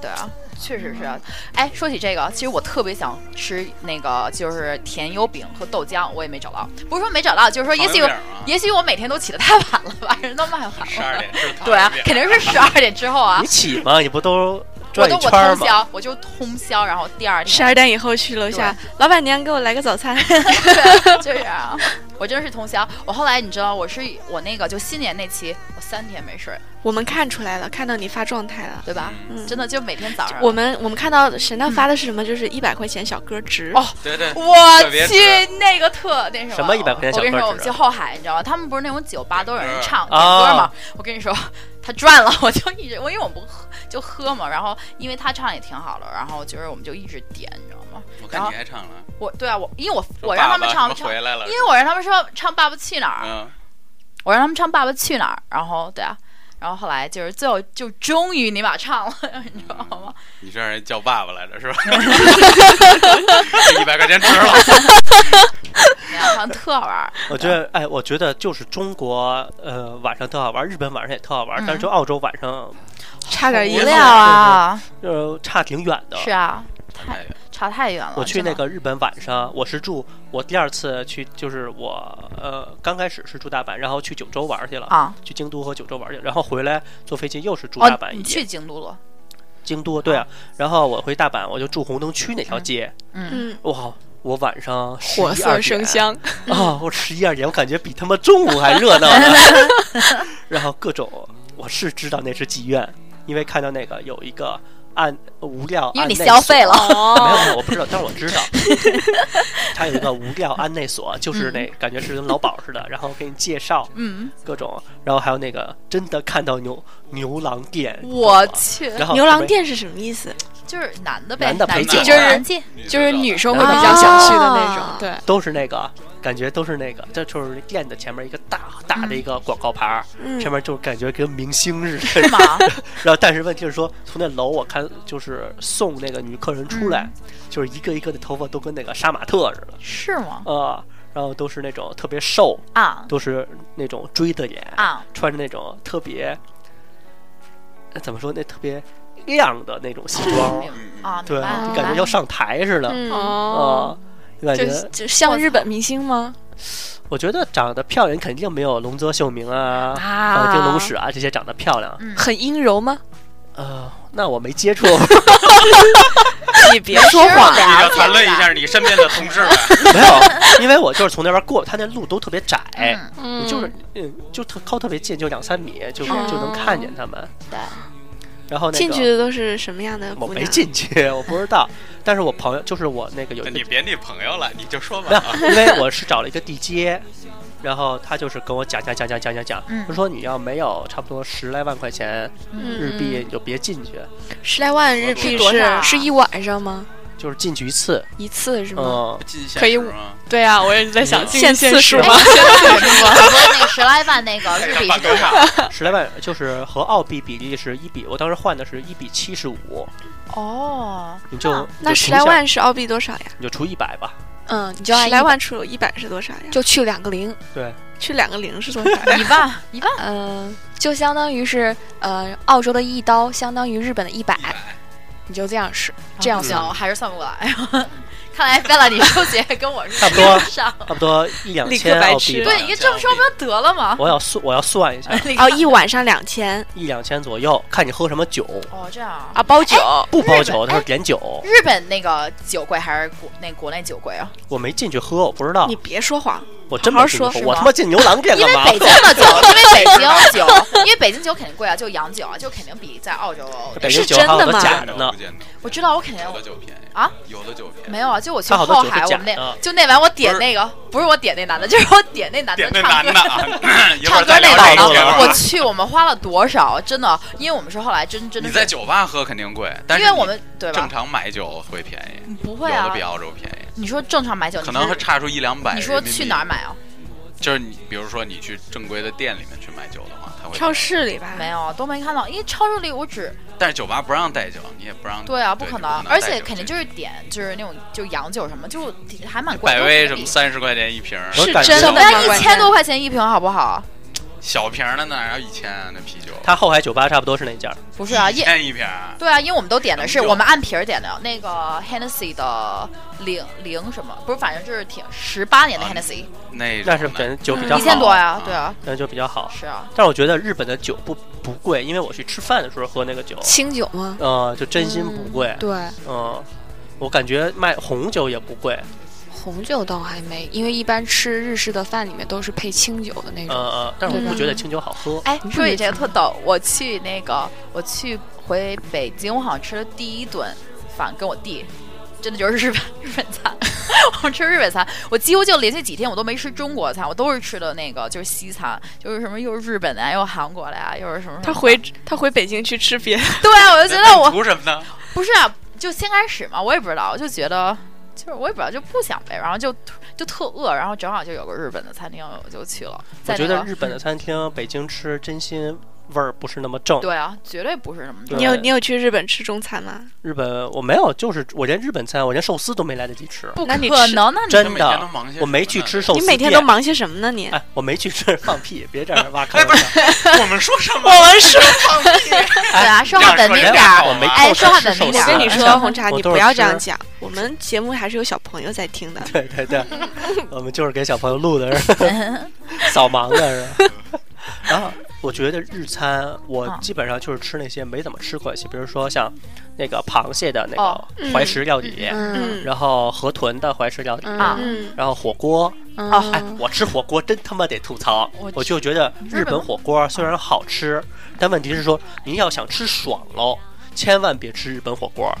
[SPEAKER 4] 对啊，确实是啊。哎，说起这个，其实我特别想吃那个，就是甜油饼和豆浆，我也没找到。不是说没找到，就是说也许
[SPEAKER 5] 糖油饼啊
[SPEAKER 4] 也许我每天都起得太晚了，晚上都卖完
[SPEAKER 5] 十二
[SPEAKER 4] 了。
[SPEAKER 5] 点吃糖
[SPEAKER 4] 对啊
[SPEAKER 5] 油饼，
[SPEAKER 4] 肯定是十二点之后啊
[SPEAKER 1] 你，起吗？你不都
[SPEAKER 4] 我
[SPEAKER 1] 转
[SPEAKER 4] 都
[SPEAKER 1] 一
[SPEAKER 4] 我
[SPEAKER 1] 圈
[SPEAKER 4] 通
[SPEAKER 1] 吗？
[SPEAKER 4] 宵，我就通宵，然后第二
[SPEAKER 3] 十
[SPEAKER 4] 天
[SPEAKER 3] 二点以后去楼下，老板娘给我来个早餐。
[SPEAKER 4] 就是啊，我真是通宵。我后来你知道，我是我那个就新年那期，我三天没睡，
[SPEAKER 3] 我们看出来了，看到你发状态了。
[SPEAKER 4] 对吧？
[SPEAKER 5] 嗯
[SPEAKER 3] 嗯，
[SPEAKER 4] 真的就每天早上，
[SPEAKER 3] 我们我们看到沈娜发的是什么？就是一百块钱小哥值
[SPEAKER 4] 哦
[SPEAKER 5] 对对，
[SPEAKER 4] 我
[SPEAKER 5] 特别
[SPEAKER 4] 去，那个特那什么，
[SPEAKER 1] 什么100块钱小
[SPEAKER 4] 我跟你
[SPEAKER 1] 鸽子
[SPEAKER 4] 说，我们去后海，你知道吗？他们不是那种酒吧都有人唱
[SPEAKER 1] 嗯
[SPEAKER 4] 点歌 吗？我跟你说，他赚了，我就一直我因为我不喝就喝嘛，然后因为他唱也挺好的，然后就是我们就一直点，你知道吗？
[SPEAKER 5] 我看你还唱了，
[SPEAKER 4] 我对啊，我因为我
[SPEAKER 5] 说
[SPEAKER 4] 我让他
[SPEAKER 5] 爸
[SPEAKER 4] 们
[SPEAKER 5] 爸
[SPEAKER 4] 唱
[SPEAKER 5] 怎么
[SPEAKER 4] 唱，
[SPEAKER 5] 回来了
[SPEAKER 4] 因，为我让他们说唱《爸爸去哪儿》
[SPEAKER 5] 嗯，
[SPEAKER 4] 我让他们唱《爸爸去哪儿》，然后对啊。然后后来就是最后就终于你把唱了， 你知道吗？
[SPEAKER 5] 你是让人叫爸爸来着 是吧？一百块钱吃了，
[SPEAKER 4] 然后唱特好玩儿，
[SPEAKER 1] 我觉得，哎，我觉得就是中国，呃，晚上特好玩，日本晚上也特好玩，
[SPEAKER 4] 嗯
[SPEAKER 1] 但是就澳洲晚上，
[SPEAKER 3] 差点意
[SPEAKER 4] 无
[SPEAKER 3] 思。
[SPEAKER 4] 聊啊！
[SPEAKER 1] 呃，差挺远的。
[SPEAKER 4] 是啊，
[SPEAKER 5] 太远
[SPEAKER 4] 差太远了。
[SPEAKER 1] 我去
[SPEAKER 4] 真的
[SPEAKER 1] 那个日本晚上，我是住我第二次去，就是我呃刚开始是住大阪，然后去九州玩去了，
[SPEAKER 4] 啊，
[SPEAKER 1] 去京都和九州玩去了，然后回来坐飞机又是住
[SPEAKER 4] 哦，
[SPEAKER 1] 大阪一
[SPEAKER 4] 你
[SPEAKER 1] 夜。
[SPEAKER 4] 去京都了？
[SPEAKER 1] 京都对啊，然后我回大阪我就住红灯区那条街，
[SPEAKER 4] 嗯，
[SPEAKER 3] 嗯，
[SPEAKER 1] 哇，我晚上
[SPEAKER 6] 火色生
[SPEAKER 1] 香。
[SPEAKER 6] 香，
[SPEAKER 1] 啊、我十一二点，我感觉比他妈中午还热闹呢。 然后各种，我是知道那是妓院，因为看到那个有一个按无料，
[SPEAKER 4] 因为你消费。了，哦
[SPEAKER 1] 没有没有，我不知道，但是我知道，它有一个无料安内所，就是那感觉是跟劳保似的，然后给你介绍
[SPEAKER 4] 嗯，
[SPEAKER 1] 各种，然后还有那个真的看到牛牛郎店，
[SPEAKER 4] 我去，
[SPEAKER 1] 然后
[SPEAKER 3] 牛郎店是什么意思？
[SPEAKER 4] 就是男的呗，
[SPEAKER 1] 男的陪
[SPEAKER 5] 酒
[SPEAKER 6] 就是
[SPEAKER 4] 男妓，
[SPEAKER 6] 就是女生会
[SPEAKER 1] 啊
[SPEAKER 6] 比较想去的那种。对，
[SPEAKER 1] 都是那个感觉，都是那个，这就是店的前面一个大大的一个广告牌儿，
[SPEAKER 3] 嗯，
[SPEAKER 1] 上面就是感觉跟明星似的，
[SPEAKER 4] 是 吗？
[SPEAKER 1] 然后，但是问题是说，从那楼我看就是送那个女客人出来，就是一个一个的头发都跟那个杀马特似的
[SPEAKER 4] 是吗？
[SPEAKER 1] 啊、然后都是那种特别瘦，
[SPEAKER 4] 啊
[SPEAKER 1] 都是那种锥子脸，
[SPEAKER 4] 啊，
[SPEAKER 1] 穿着那种特别呃怎么说那特别亮的那种西装，
[SPEAKER 4] 明白啊，
[SPEAKER 1] 对，
[SPEAKER 4] 明白
[SPEAKER 1] 就
[SPEAKER 4] 了
[SPEAKER 1] 感觉要上台似的啊、
[SPEAKER 3] 嗯，
[SPEAKER 6] 哦，
[SPEAKER 1] 就感
[SPEAKER 6] 就
[SPEAKER 1] 觉
[SPEAKER 6] 就
[SPEAKER 4] 我
[SPEAKER 6] 像
[SPEAKER 4] 操
[SPEAKER 6] 日本明星吗？
[SPEAKER 1] 我觉得长得漂亮肯定没有龙泽秀明啊、
[SPEAKER 4] 啊
[SPEAKER 1] ฝั่町龙史啊这些长得漂亮。
[SPEAKER 4] 嗯
[SPEAKER 6] 很阴柔吗？
[SPEAKER 1] 呃，那我没接触，
[SPEAKER 6] 你别说谎，
[SPEAKER 5] 你要谈论一下你身边的同事们，
[SPEAKER 1] 没有，因为我就是从那边过，他那路都特别窄。
[SPEAKER 4] 嗯，
[SPEAKER 1] 哦呃就是嗯，就特靠特别近，就两三米，就就能看见他们。
[SPEAKER 4] 对，
[SPEAKER 1] 然后那个
[SPEAKER 3] 进去的都是什么样的
[SPEAKER 1] 我
[SPEAKER 3] 姑
[SPEAKER 1] 没
[SPEAKER 3] 娘？
[SPEAKER 1] 进去，我不知道。但是我朋友就是我那个有一个
[SPEAKER 5] 你别你朋友了，你就说
[SPEAKER 1] 没
[SPEAKER 5] 吧
[SPEAKER 1] 有
[SPEAKER 5] 啊。，
[SPEAKER 1] 因为我是找了一个地接，然后他就是跟我讲讲讲讲讲讲讲，
[SPEAKER 4] 嗯
[SPEAKER 1] 他说你要没有差不多十来万块钱
[SPEAKER 3] 嗯
[SPEAKER 1] 日币，你就别进去，
[SPEAKER 6] 十来万日币
[SPEAKER 4] 是多少啊
[SPEAKER 6] 是是一晚上吗？
[SPEAKER 1] 就是进去一次，
[SPEAKER 6] 一次是吗？
[SPEAKER 1] 嗯，
[SPEAKER 5] 进现
[SPEAKER 6] 可以
[SPEAKER 5] 实吗？
[SPEAKER 6] 对啊，我也在
[SPEAKER 1] 想
[SPEAKER 6] 想
[SPEAKER 1] 嗯
[SPEAKER 3] 进限
[SPEAKER 6] 数
[SPEAKER 3] 速
[SPEAKER 6] 吗？
[SPEAKER 4] 不过那个十来万那个日
[SPEAKER 5] 看
[SPEAKER 4] 币
[SPEAKER 5] 办
[SPEAKER 4] 是多
[SPEAKER 5] 公
[SPEAKER 4] 少？
[SPEAKER 5] 卡，
[SPEAKER 1] 十来万就是和澳币比例是一比，我当时换的是一比七十五，
[SPEAKER 4] 哦，
[SPEAKER 1] 你就你
[SPEAKER 3] 啊那
[SPEAKER 1] 就
[SPEAKER 3] 十
[SPEAKER 1] 除
[SPEAKER 3] 来
[SPEAKER 1] 一下
[SPEAKER 3] 万是澳币多少呀？
[SPEAKER 1] 你就除一百吧，
[SPEAKER 6] 嗯，你就按
[SPEAKER 3] 十来
[SPEAKER 6] 一
[SPEAKER 3] 万除一百是多少呀？
[SPEAKER 6] 就去两个零，
[SPEAKER 3] 去两个零是多少呀？
[SPEAKER 4] 一万一万，
[SPEAKER 6] 嗯、就相当于是呃澳洲的一刀，相当于日本的一百， 你就这样是这样
[SPEAKER 4] 不
[SPEAKER 6] 算
[SPEAKER 4] 行，。我还是算不过来。 看来贝拉，你数学跟我是
[SPEAKER 1] 差不多
[SPEAKER 4] 跟上。
[SPEAKER 1] 差不多一两
[SPEAKER 3] 哦立刻
[SPEAKER 1] 千
[SPEAKER 3] 白
[SPEAKER 1] 澳
[SPEAKER 3] 痴
[SPEAKER 1] 币吧。
[SPEAKER 4] 对，你就这么说不就得了吗？
[SPEAKER 1] 我要算，我要算一下，
[SPEAKER 3] 哦，一晚上两千
[SPEAKER 1] 一两千左右，看你喝什么酒，
[SPEAKER 4] 哦，这样啊。
[SPEAKER 3] 啊，包酒。
[SPEAKER 1] 不包
[SPEAKER 4] 日
[SPEAKER 1] 酒，哦
[SPEAKER 4] 本
[SPEAKER 1] 他是点酒，
[SPEAKER 4] 日本那个酒贵还是国那国内酒贵啊？
[SPEAKER 1] 我没进去喝，我不知道
[SPEAKER 3] 你，别说谎，
[SPEAKER 1] 我真
[SPEAKER 3] 好
[SPEAKER 1] 没
[SPEAKER 3] 好
[SPEAKER 1] 进去
[SPEAKER 3] 说
[SPEAKER 1] 喝，
[SPEAKER 3] 是
[SPEAKER 1] 我
[SPEAKER 3] 吗
[SPEAKER 1] 他妈进牛郎店
[SPEAKER 4] 因
[SPEAKER 1] 干
[SPEAKER 4] 为
[SPEAKER 1] 嘛？
[SPEAKER 4] 北京的酒，因为北京酒，因为北京酒肯定贵啊，就洋酒啊，就肯定比在澳洲。
[SPEAKER 1] 北京
[SPEAKER 3] 是
[SPEAKER 1] 酒
[SPEAKER 3] 真
[SPEAKER 1] 还有
[SPEAKER 3] 的
[SPEAKER 1] 个
[SPEAKER 3] 吗
[SPEAKER 1] 假的呢
[SPEAKER 5] 不，见得，
[SPEAKER 4] 我知道，我肯定
[SPEAKER 5] 有的酒便宜
[SPEAKER 4] 啊，
[SPEAKER 5] 有的酒便宜，
[SPEAKER 4] 没有啊，就我去
[SPEAKER 1] 他好多
[SPEAKER 4] 后
[SPEAKER 1] 酒是
[SPEAKER 4] 海，我
[SPEAKER 1] 假
[SPEAKER 4] 们那
[SPEAKER 1] 的嗯
[SPEAKER 4] 就那晚我点
[SPEAKER 5] 不是
[SPEAKER 4] 那个，不是我点那男的， 就是我点那男的
[SPEAKER 5] 点那
[SPEAKER 4] 唱
[SPEAKER 5] 男
[SPEAKER 4] 歌
[SPEAKER 5] 的 啊，一会
[SPEAKER 4] 唱
[SPEAKER 5] 儿
[SPEAKER 4] 歌
[SPEAKER 5] 再
[SPEAKER 4] 那
[SPEAKER 5] 聊
[SPEAKER 1] 男的
[SPEAKER 4] 晚
[SPEAKER 5] 这个
[SPEAKER 4] 上
[SPEAKER 5] 一会儿啊
[SPEAKER 4] 我去，我们花了多少？真的，因为我们是后来真真的
[SPEAKER 5] 你
[SPEAKER 4] 是
[SPEAKER 5] 在，酒吧喝肯定贵，但
[SPEAKER 4] 因
[SPEAKER 5] 是
[SPEAKER 4] 为我
[SPEAKER 5] 你
[SPEAKER 4] 们对
[SPEAKER 5] 正
[SPEAKER 4] 吧？
[SPEAKER 5] 常买酒会便宜，
[SPEAKER 4] 不
[SPEAKER 5] 有
[SPEAKER 4] 会
[SPEAKER 5] 的
[SPEAKER 4] 啊
[SPEAKER 5] 比，澳洲便宜，
[SPEAKER 4] 你说正常买酒，
[SPEAKER 5] 可
[SPEAKER 4] 你
[SPEAKER 5] 能会
[SPEAKER 4] 说
[SPEAKER 5] 差出一两百。
[SPEAKER 4] 你说去哪儿？买啊？
[SPEAKER 5] 就是你，比如说你去正规的店里面去买酒的话，它会
[SPEAKER 3] 超，市里
[SPEAKER 5] 嗯
[SPEAKER 3] 吧？
[SPEAKER 4] 没有，都没看到，因为超市里我只
[SPEAKER 5] 但是酒吧不让带酒，你也不让。
[SPEAKER 4] 对啊，不可能，
[SPEAKER 5] 你
[SPEAKER 4] 而
[SPEAKER 5] 带
[SPEAKER 4] 且
[SPEAKER 5] 酒
[SPEAKER 4] 肯定
[SPEAKER 5] 进去
[SPEAKER 4] 就是点就是那种就洋酒什么，就还蛮贵，
[SPEAKER 5] 百
[SPEAKER 4] 都
[SPEAKER 5] 威
[SPEAKER 4] 可
[SPEAKER 5] 什么
[SPEAKER 4] 以
[SPEAKER 5] 三十块钱一瓶儿，
[SPEAKER 1] 我
[SPEAKER 3] 是
[SPEAKER 1] 感觉
[SPEAKER 3] 真
[SPEAKER 4] 什
[SPEAKER 3] 的
[SPEAKER 4] 么
[SPEAKER 3] 吗？
[SPEAKER 4] 呀？一千多块钱一瓶，好不好？
[SPEAKER 5] 小瓶儿的哪要一千啊？那啤酒
[SPEAKER 1] 他后海酒吧差不多是那家，
[SPEAKER 3] 嗯
[SPEAKER 4] 不是啊，
[SPEAKER 5] 一
[SPEAKER 4] 因
[SPEAKER 5] 千一瓶儿，
[SPEAKER 4] 对啊，因为我们都点的是
[SPEAKER 5] 能救
[SPEAKER 4] 我们按瓶儿点的那个 Hennessy 的零零什么，不是，反正就是挺十八年的
[SPEAKER 5] 啊
[SPEAKER 4] Hennessy，
[SPEAKER 5] 那
[SPEAKER 1] 那是
[SPEAKER 5] 种
[SPEAKER 1] 可
[SPEAKER 5] 的
[SPEAKER 1] 能酒比
[SPEAKER 4] 一
[SPEAKER 1] 较
[SPEAKER 4] 千
[SPEAKER 1] 好，
[SPEAKER 4] 多呀
[SPEAKER 5] 啊，
[SPEAKER 4] 对啊，
[SPEAKER 1] 那就比较好。
[SPEAKER 4] 是啊，
[SPEAKER 1] 但我觉得日本的酒不不贵，因为我去吃饭的时候喝那个 酒，
[SPEAKER 6] 清酒吗？
[SPEAKER 1] 呃，就真心不贵
[SPEAKER 6] 嗯。对，
[SPEAKER 1] 嗯，我感觉卖红酒也不贵。
[SPEAKER 6] 红酒倒还没，因为一般吃日式的饭里面都是配清酒的那
[SPEAKER 1] 呃
[SPEAKER 6] 种。
[SPEAKER 1] 呃，但是
[SPEAKER 3] 嗯
[SPEAKER 1] 我不觉得清酒好喝。
[SPEAKER 4] 哎，
[SPEAKER 6] 你不
[SPEAKER 4] 说起
[SPEAKER 6] 没
[SPEAKER 4] 这个
[SPEAKER 6] 钱
[SPEAKER 4] 特逗，我去那个，我去回北京，我好像吃了第一顿饭，跟我弟，真的就是日本 日本餐，我们吃日本餐，我几乎就连续几天我都没吃中国餐，我都是吃的那个就是西餐，就是什么又是日本的呀，又是韩国的呀，又是什么什么的
[SPEAKER 3] 他回他回北京去吃别的，
[SPEAKER 4] 对啊，我就觉得我
[SPEAKER 5] 图什么呢？
[SPEAKER 4] 不是啊，就先开始嘛，我也不知道，我就觉得就是我也不知道，就不想呗，然后就突就特饿，然后正好就有个日本的餐厅，我就去了。
[SPEAKER 1] 我
[SPEAKER 4] 在
[SPEAKER 1] 觉
[SPEAKER 4] 那
[SPEAKER 1] 得
[SPEAKER 4] 个
[SPEAKER 1] 日本的餐厅，北京吃真心味儿不是那么正。
[SPEAKER 4] 对啊，绝对不是那么
[SPEAKER 1] 对
[SPEAKER 4] 多。
[SPEAKER 3] 你有你有去日本吃中餐吗？
[SPEAKER 1] 日本我没有，就是我连日本餐，我连寿司都没来得及吃，
[SPEAKER 4] 不
[SPEAKER 3] 那你
[SPEAKER 4] 可
[SPEAKER 3] 吃
[SPEAKER 4] 能，那你
[SPEAKER 1] 真
[SPEAKER 5] 你每天都
[SPEAKER 1] 的，
[SPEAKER 5] 忙些
[SPEAKER 1] 我没
[SPEAKER 5] 什么
[SPEAKER 1] 去
[SPEAKER 5] 呢
[SPEAKER 1] 吃。寿司店。
[SPEAKER 3] 你每天都忙些什么呢？你
[SPEAKER 1] 哎，我没去吃，放屁， 别这样挖坑。啊了。
[SPEAKER 5] 我们说什么？
[SPEAKER 3] 我们说，
[SPEAKER 4] 对
[SPEAKER 1] 哎
[SPEAKER 4] 啊，说话
[SPEAKER 5] 让
[SPEAKER 4] 文
[SPEAKER 5] 说
[SPEAKER 4] 明
[SPEAKER 5] 人
[SPEAKER 4] 点
[SPEAKER 5] 好
[SPEAKER 4] 儿。
[SPEAKER 1] 我没
[SPEAKER 5] 啊
[SPEAKER 4] 哎，
[SPEAKER 1] 空
[SPEAKER 4] 说话
[SPEAKER 1] 吃
[SPEAKER 4] 文
[SPEAKER 1] 寿
[SPEAKER 4] 明
[SPEAKER 1] 司
[SPEAKER 3] 哎
[SPEAKER 4] 点
[SPEAKER 3] 我
[SPEAKER 4] 儿。
[SPEAKER 3] 跟你说，红茶，
[SPEAKER 1] 我
[SPEAKER 3] 你
[SPEAKER 1] 都
[SPEAKER 3] 不
[SPEAKER 1] 是
[SPEAKER 3] 要这样
[SPEAKER 1] 吃
[SPEAKER 3] 讲。我们节目还是有小朋友在听的。
[SPEAKER 1] 对对对，我们就是给小朋友录的，是吧扫盲的是吧。然后我觉得日餐，我
[SPEAKER 4] 啊
[SPEAKER 1] 基本上就是吃那些没怎么吃过的，比如说像那个螃蟹的那
[SPEAKER 4] 哦
[SPEAKER 1] 个怀石料理，
[SPEAKER 6] 嗯
[SPEAKER 1] 然后河豚的怀石料理，
[SPEAKER 6] 嗯
[SPEAKER 4] 啊
[SPEAKER 3] 嗯，
[SPEAKER 1] 然后火锅。
[SPEAKER 6] 嗯
[SPEAKER 4] 哦
[SPEAKER 1] 哎，我吃火锅真他妈得吐槽，
[SPEAKER 4] 我
[SPEAKER 1] 我就觉得
[SPEAKER 4] 日
[SPEAKER 1] 日本
[SPEAKER 4] 本
[SPEAKER 1] 火锅虽然好吃，但问题是说您要想吃爽喽，千万别吃日本火锅，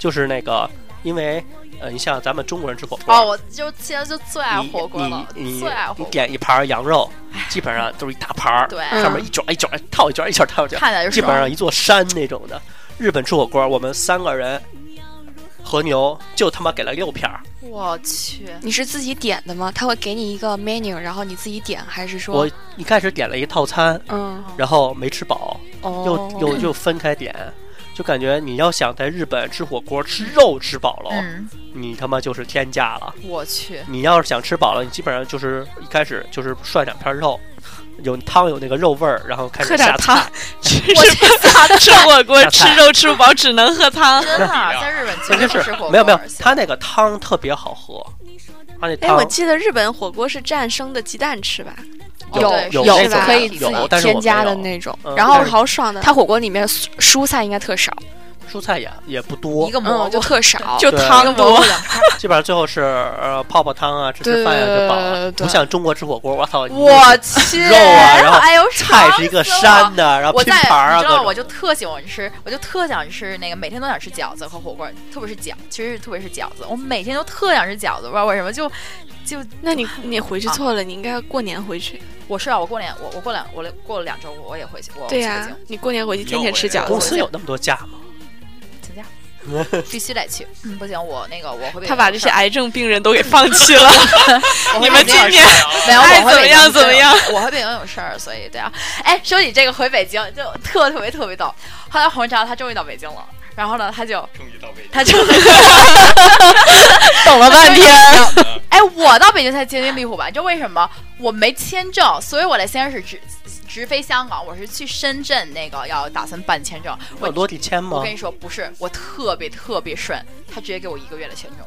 [SPEAKER 1] 就是那个，因为呃，你像咱们中国人吃火锅，
[SPEAKER 4] 哦，我就现在就最爱火锅了，
[SPEAKER 1] 你你
[SPEAKER 4] 最爱火
[SPEAKER 1] 你
[SPEAKER 4] 锅。
[SPEAKER 1] 点一盘羊肉，基本上都是一大盘儿，
[SPEAKER 4] 对，
[SPEAKER 1] 上面一卷一卷套一卷一卷套一卷，
[SPEAKER 4] 看起来就
[SPEAKER 1] 基
[SPEAKER 4] 爽
[SPEAKER 1] 本上一座山那种的。日本吃火锅，我们三个人和牛就他妈给了六片儿，
[SPEAKER 4] 我去，
[SPEAKER 6] 你是自己点的吗？他会给你一个 menu，然后你自己点，还是说
[SPEAKER 1] 我一开始点了一套餐，
[SPEAKER 6] 嗯
[SPEAKER 1] 然后没吃饱，又
[SPEAKER 6] 哦
[SPEAKER 1] 又又分开点。就感觉你要想在日本吃火锅吃肉吃饱了，
[SPEAKER 4] 嗯，
[SPEAKER 1] 你他妈就是天价了。
[SPEAKER 4] 我去，
[SPEAKER 1] 你要是想吃饱了，你基本上就是一开始就是涮两片肉，有汤有那个肉味儿，然后开始
[SPEAKER 3] 喝点
[SPEAKER 1] 下
[SPEAKER 3] 汤
[SPEAKER 1] 菜。
[SPEAKER 3] 吃
[SPEAKER 4] 我去
[SPEAKER 3] 吃火锅
[SPEAKER 1] 下
[SPEAKER 3] 吃
[SPEAKER 1] 菜
[SPEAKER 3] 肉吃不饱，只能喝汤。
[SPEAKER 4] 真的
[SPEAKER 5] 料
[SPEAKER 4] 在日本绝
[SPEAKER 1] 啊就
[SPEAKER 4] 对
[SPEAKER 1] 是
[SPEAKER 4] 吃火锅，
[SPEAKER 1] 没有没有
[SPEAKER 4] 而，且
[SPEAKER 1] 他那个汤特别好喝，他那
[SPEAKER 3] 哎，我
[SPEAKER 1] 汤
[SPEAKER 3] 记得日本火锅是蘸生的鸡蛋吃吧？
[SPEAKER 1] 有
[SPEAKER 4] 对
[SPEAKER 1] 有
[SPEAKER 4] 有
[SPEAKER 1] 那
[SPEAKER 4] 是吧
[SPEAKER 1] 种
[SPEAKER 6] 可以自
[SPEAKER 1] 有，
[SPEAKER 6] 己
[SPEAKER 1] 但是我
[SPEAKER 6] 添
[SPEAKER 1] 没
[SPEAKER 6] 加的
[SPEAKER 1] 有
[SPEAKER 6] 那种
[SPEAKER 1] 嗯，但
[SPEAKER 6] 然后
[SPEAKER 1] 是
[SPEAKER 6] 好
[SPEAKER 3] 好爽的，
[SPEAKER 6] 它火锅里面蔬蔬菜应该特少，
[SPEAKER 1] 蔬菜也也不多
[SPEAKER 4] 一，个蘑
[SPEAKER 6] 嗯，
[SPEAKER 4] 菇
[SPEAKER 6] 就特少，
[SPEAKER 3] 就
[SPEAKER 1] 对
[SPEAKER 3] 汤
[SPEAKER 4] 一个蘑
[SPEAKER 3] 多
[SPEAKER 4] 菇。两片儿
[SPEAKER 1] 基本上最后是呃泡泡汤啊，吃吃饭呀、
[SPEAKER 6] 对
[SPEAKER 1] 就饱了，
[SPEAKER 6] 对
[SPEAKER 1] 不像中国吃火锅，我操，
[SPEAKER 4] 我去，
[SPEAKER 1] 肉啊然后
[SPEAKER 4] 哎呦，
[SPEAKER 1] 菜是一个
[SPEAKER 4] 馋死我
[SPEAKER 1] 山的，然后
[SPEAKER 4] 我
[SPEAKER 1] 拼
[SPEAKER 4] 在
[SPEAKER 1] 盘儿啊，
[SPEAKER 4] 你知
[SPEAKER 1] 各
[SPEAKER 4] 道，
[SPEAKER 1] 种
[SPEAKER 4] 我就特喜欢吃，我就特想吃那个，每天都想吃饺子和火锅，特别是饺，其实特别是饺子，我每天都特想吃饺子，不知道为什么。就就
[SPEAKER 3] 那你你回去错了，你应该过年回去。
[SPEAKER 4] 我是啊，我过年我我过两我过了两周我也回去，我
[SPEAKER 3] 对
[SPEAKER 4] 去
[SPEAKER 3] 呀
[SPEAKER 4] 北、
[SPEAKER 3] 哦你过年回去天天吃
[SPEAKER 5] 又
[SPEAKER 3] 饺
[SPEAKER 5] 回
[SPEAKER 1] 公
[SPEAKER 3] 子。
[SPEAKER 1] 司有那么多假吗？
[SPEAKER 4] 京请假。必须得去，嗯不行，我那个我回北京有事儿。
[SPEAKER 3] 他把这些癌症病人都给放弃了。
[SPEAKER 4] 我回
[SPEAKER 3] 你们
[SPEAKER 4] 北京有
[SPEAKER 3] 今年
[SPEAKER 4] 事儿没有，我
[SPEAKER 3] 爱
[SPEAKER 4] 回
[SPEAKER 3] 哎怎么
[SPEAKER 4] 北京
[SPEAKER 3] 样
[SPEAKER 4] 有
[SPEAKER 3] 怎
[SPEAKER 4] 事儿
[SPEAKER 3] 么样？
[SPEAKER 4] 我回北京有事儿，所以对啊。哎，说起这个回北京，就特特别特别逗。后来红茶他终于到北京了，然后呢，他就
[SPEAKER 5] 终于到北京，
[SPEAKER 4] 他就
[SPEAKER 3] 等了半 天，
[SPEAKER 4] 哎，我到北京才接近利湖吧，你知道为什么？我没签证，所以我在先开始直直飞香港，我是去深圳那个要打算办签证。
[SPEAKER 1] 有
[SPEAKER 4] 我
[SPEAKER 1] 落地签
[SPEAKER 4] 我
[SPEAKER 1] 吗
[SPEAKER 4] 跟？你说，不是，我特别特别顺，他直接给我一个月的签证。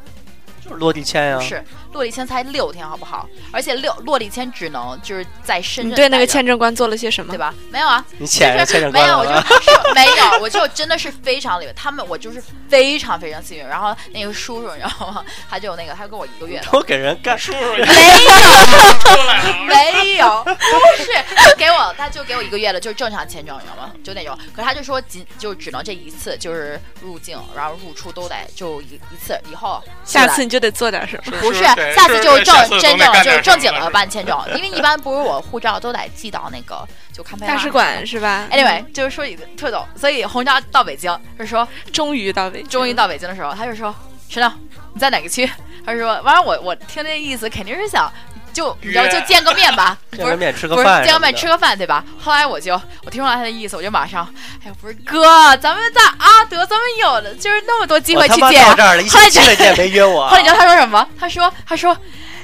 [SPEAKER 1] 就是落地签啊呀、
[SPEAKER 4] 不是，落地签才六天，好不好？而且六落地签只能就是 在深
[SPEAKER 3] 你
[SPEAKER 4] 圳待着，
[SPEAKER 3] 对那哎个签证官做了些什么
[SPEAKER 4] 对？吧？没有啊，
[SPEAKER 1] 你签哎着签着
[SPEAKER 4] 没
[SPEAKER 1] 关
[SPEAKER 4] 有，
[SPEAKER 1] 了啊
[SPEAKER 4] 我
[SPEAKER 1] 吗？
[SPEAKER 4] 就 是没有，我就真的是非常礼他们，我就是非常非常幸运。然后那个叔叔，你知道吗？他就那个，他给我一个月的。
[SPEAKER 1] 都给人干，
[SPEAKER 5] 叔叔
[SPEAKER 4] 没有，
[SPEAKER 5] 也出来了，
[SPEAKER 4] 没有，不是，他给我，他就给我一个月的，就是正常签证，你知道吗？就那种，可是他就说仅就只能这一次，就是入境，然后入出都得就一一次，以后
[SPEAKER 3] 下
[SPEAKER 4] 就
[SPEAKER 3] 次
[SPEAKER 4] 来
[SPEAKER 3] 你就得做点什么。
[SPEAKER 5] 是
[SPEAKER 4] 不是，
[SPEAKER 5] 对
[SPEAKER 4] 下次就是正
[SPEAKER 5] 下次
[SPEAKER 4] 真正
[SPEAKER 5] 总得干
[SPEAKER 4] 就
[SPEAKER 5] 点
[SPEAKER 4] 是
[SPEAKER 5] 什么
[SPEAKER 4] 正经的
[SPEAKER 5] 了
[SPEAKER 4] 办签证，因为一般不是我护照都得寄到那个就堪培拉
[SPEAKER 3] 大使馆是吧
[SPEAKER 4] Anyway，就是说一个特逗，所以红章到北京是说，
[SPEAKER 3] 嗯终于到北京，
[SPEAKER 4] 终于到北京的时候，他就说：“石头，你在哪个区？”他就说：“完了，我我听这意思肯定是想就你知道
[SPEAKER 5] 约
[SPEAKER 4] 就见个面吧，
[SPEAKER 1] 见
[SPEAKER 4] 不
[SPEAKER 1] 个
[SPEAKER 4] 是
[SPEAKER 1] 面吃
[SPEAKER 4] 不
[SPEAKER 1] 个
[SPEAKER 4] 是
[SPEAKER 1] 饭，
[SPEAKER 4] 见个面吃。个饭对吧？”后来我就我听出来他的意思，我就马上，哎呀，不是哥，咱们在阿德，咱们有了就是那么多机
[SPEAKER 1] 我
[SPEAKER 4] 会
[SPEAKER 1] 他
[SPEAKER 4] 去
[SPEAKER 1] 妈
[SPEAKER 4] 见
[SPEAKER 1] 到
[SPEAKER 4] 啊。
[SPEAKER 1] 这儿了，一星期没见没约我啊
[SPEAKER 4] 后来。你知道他说什么？他说：“他说。”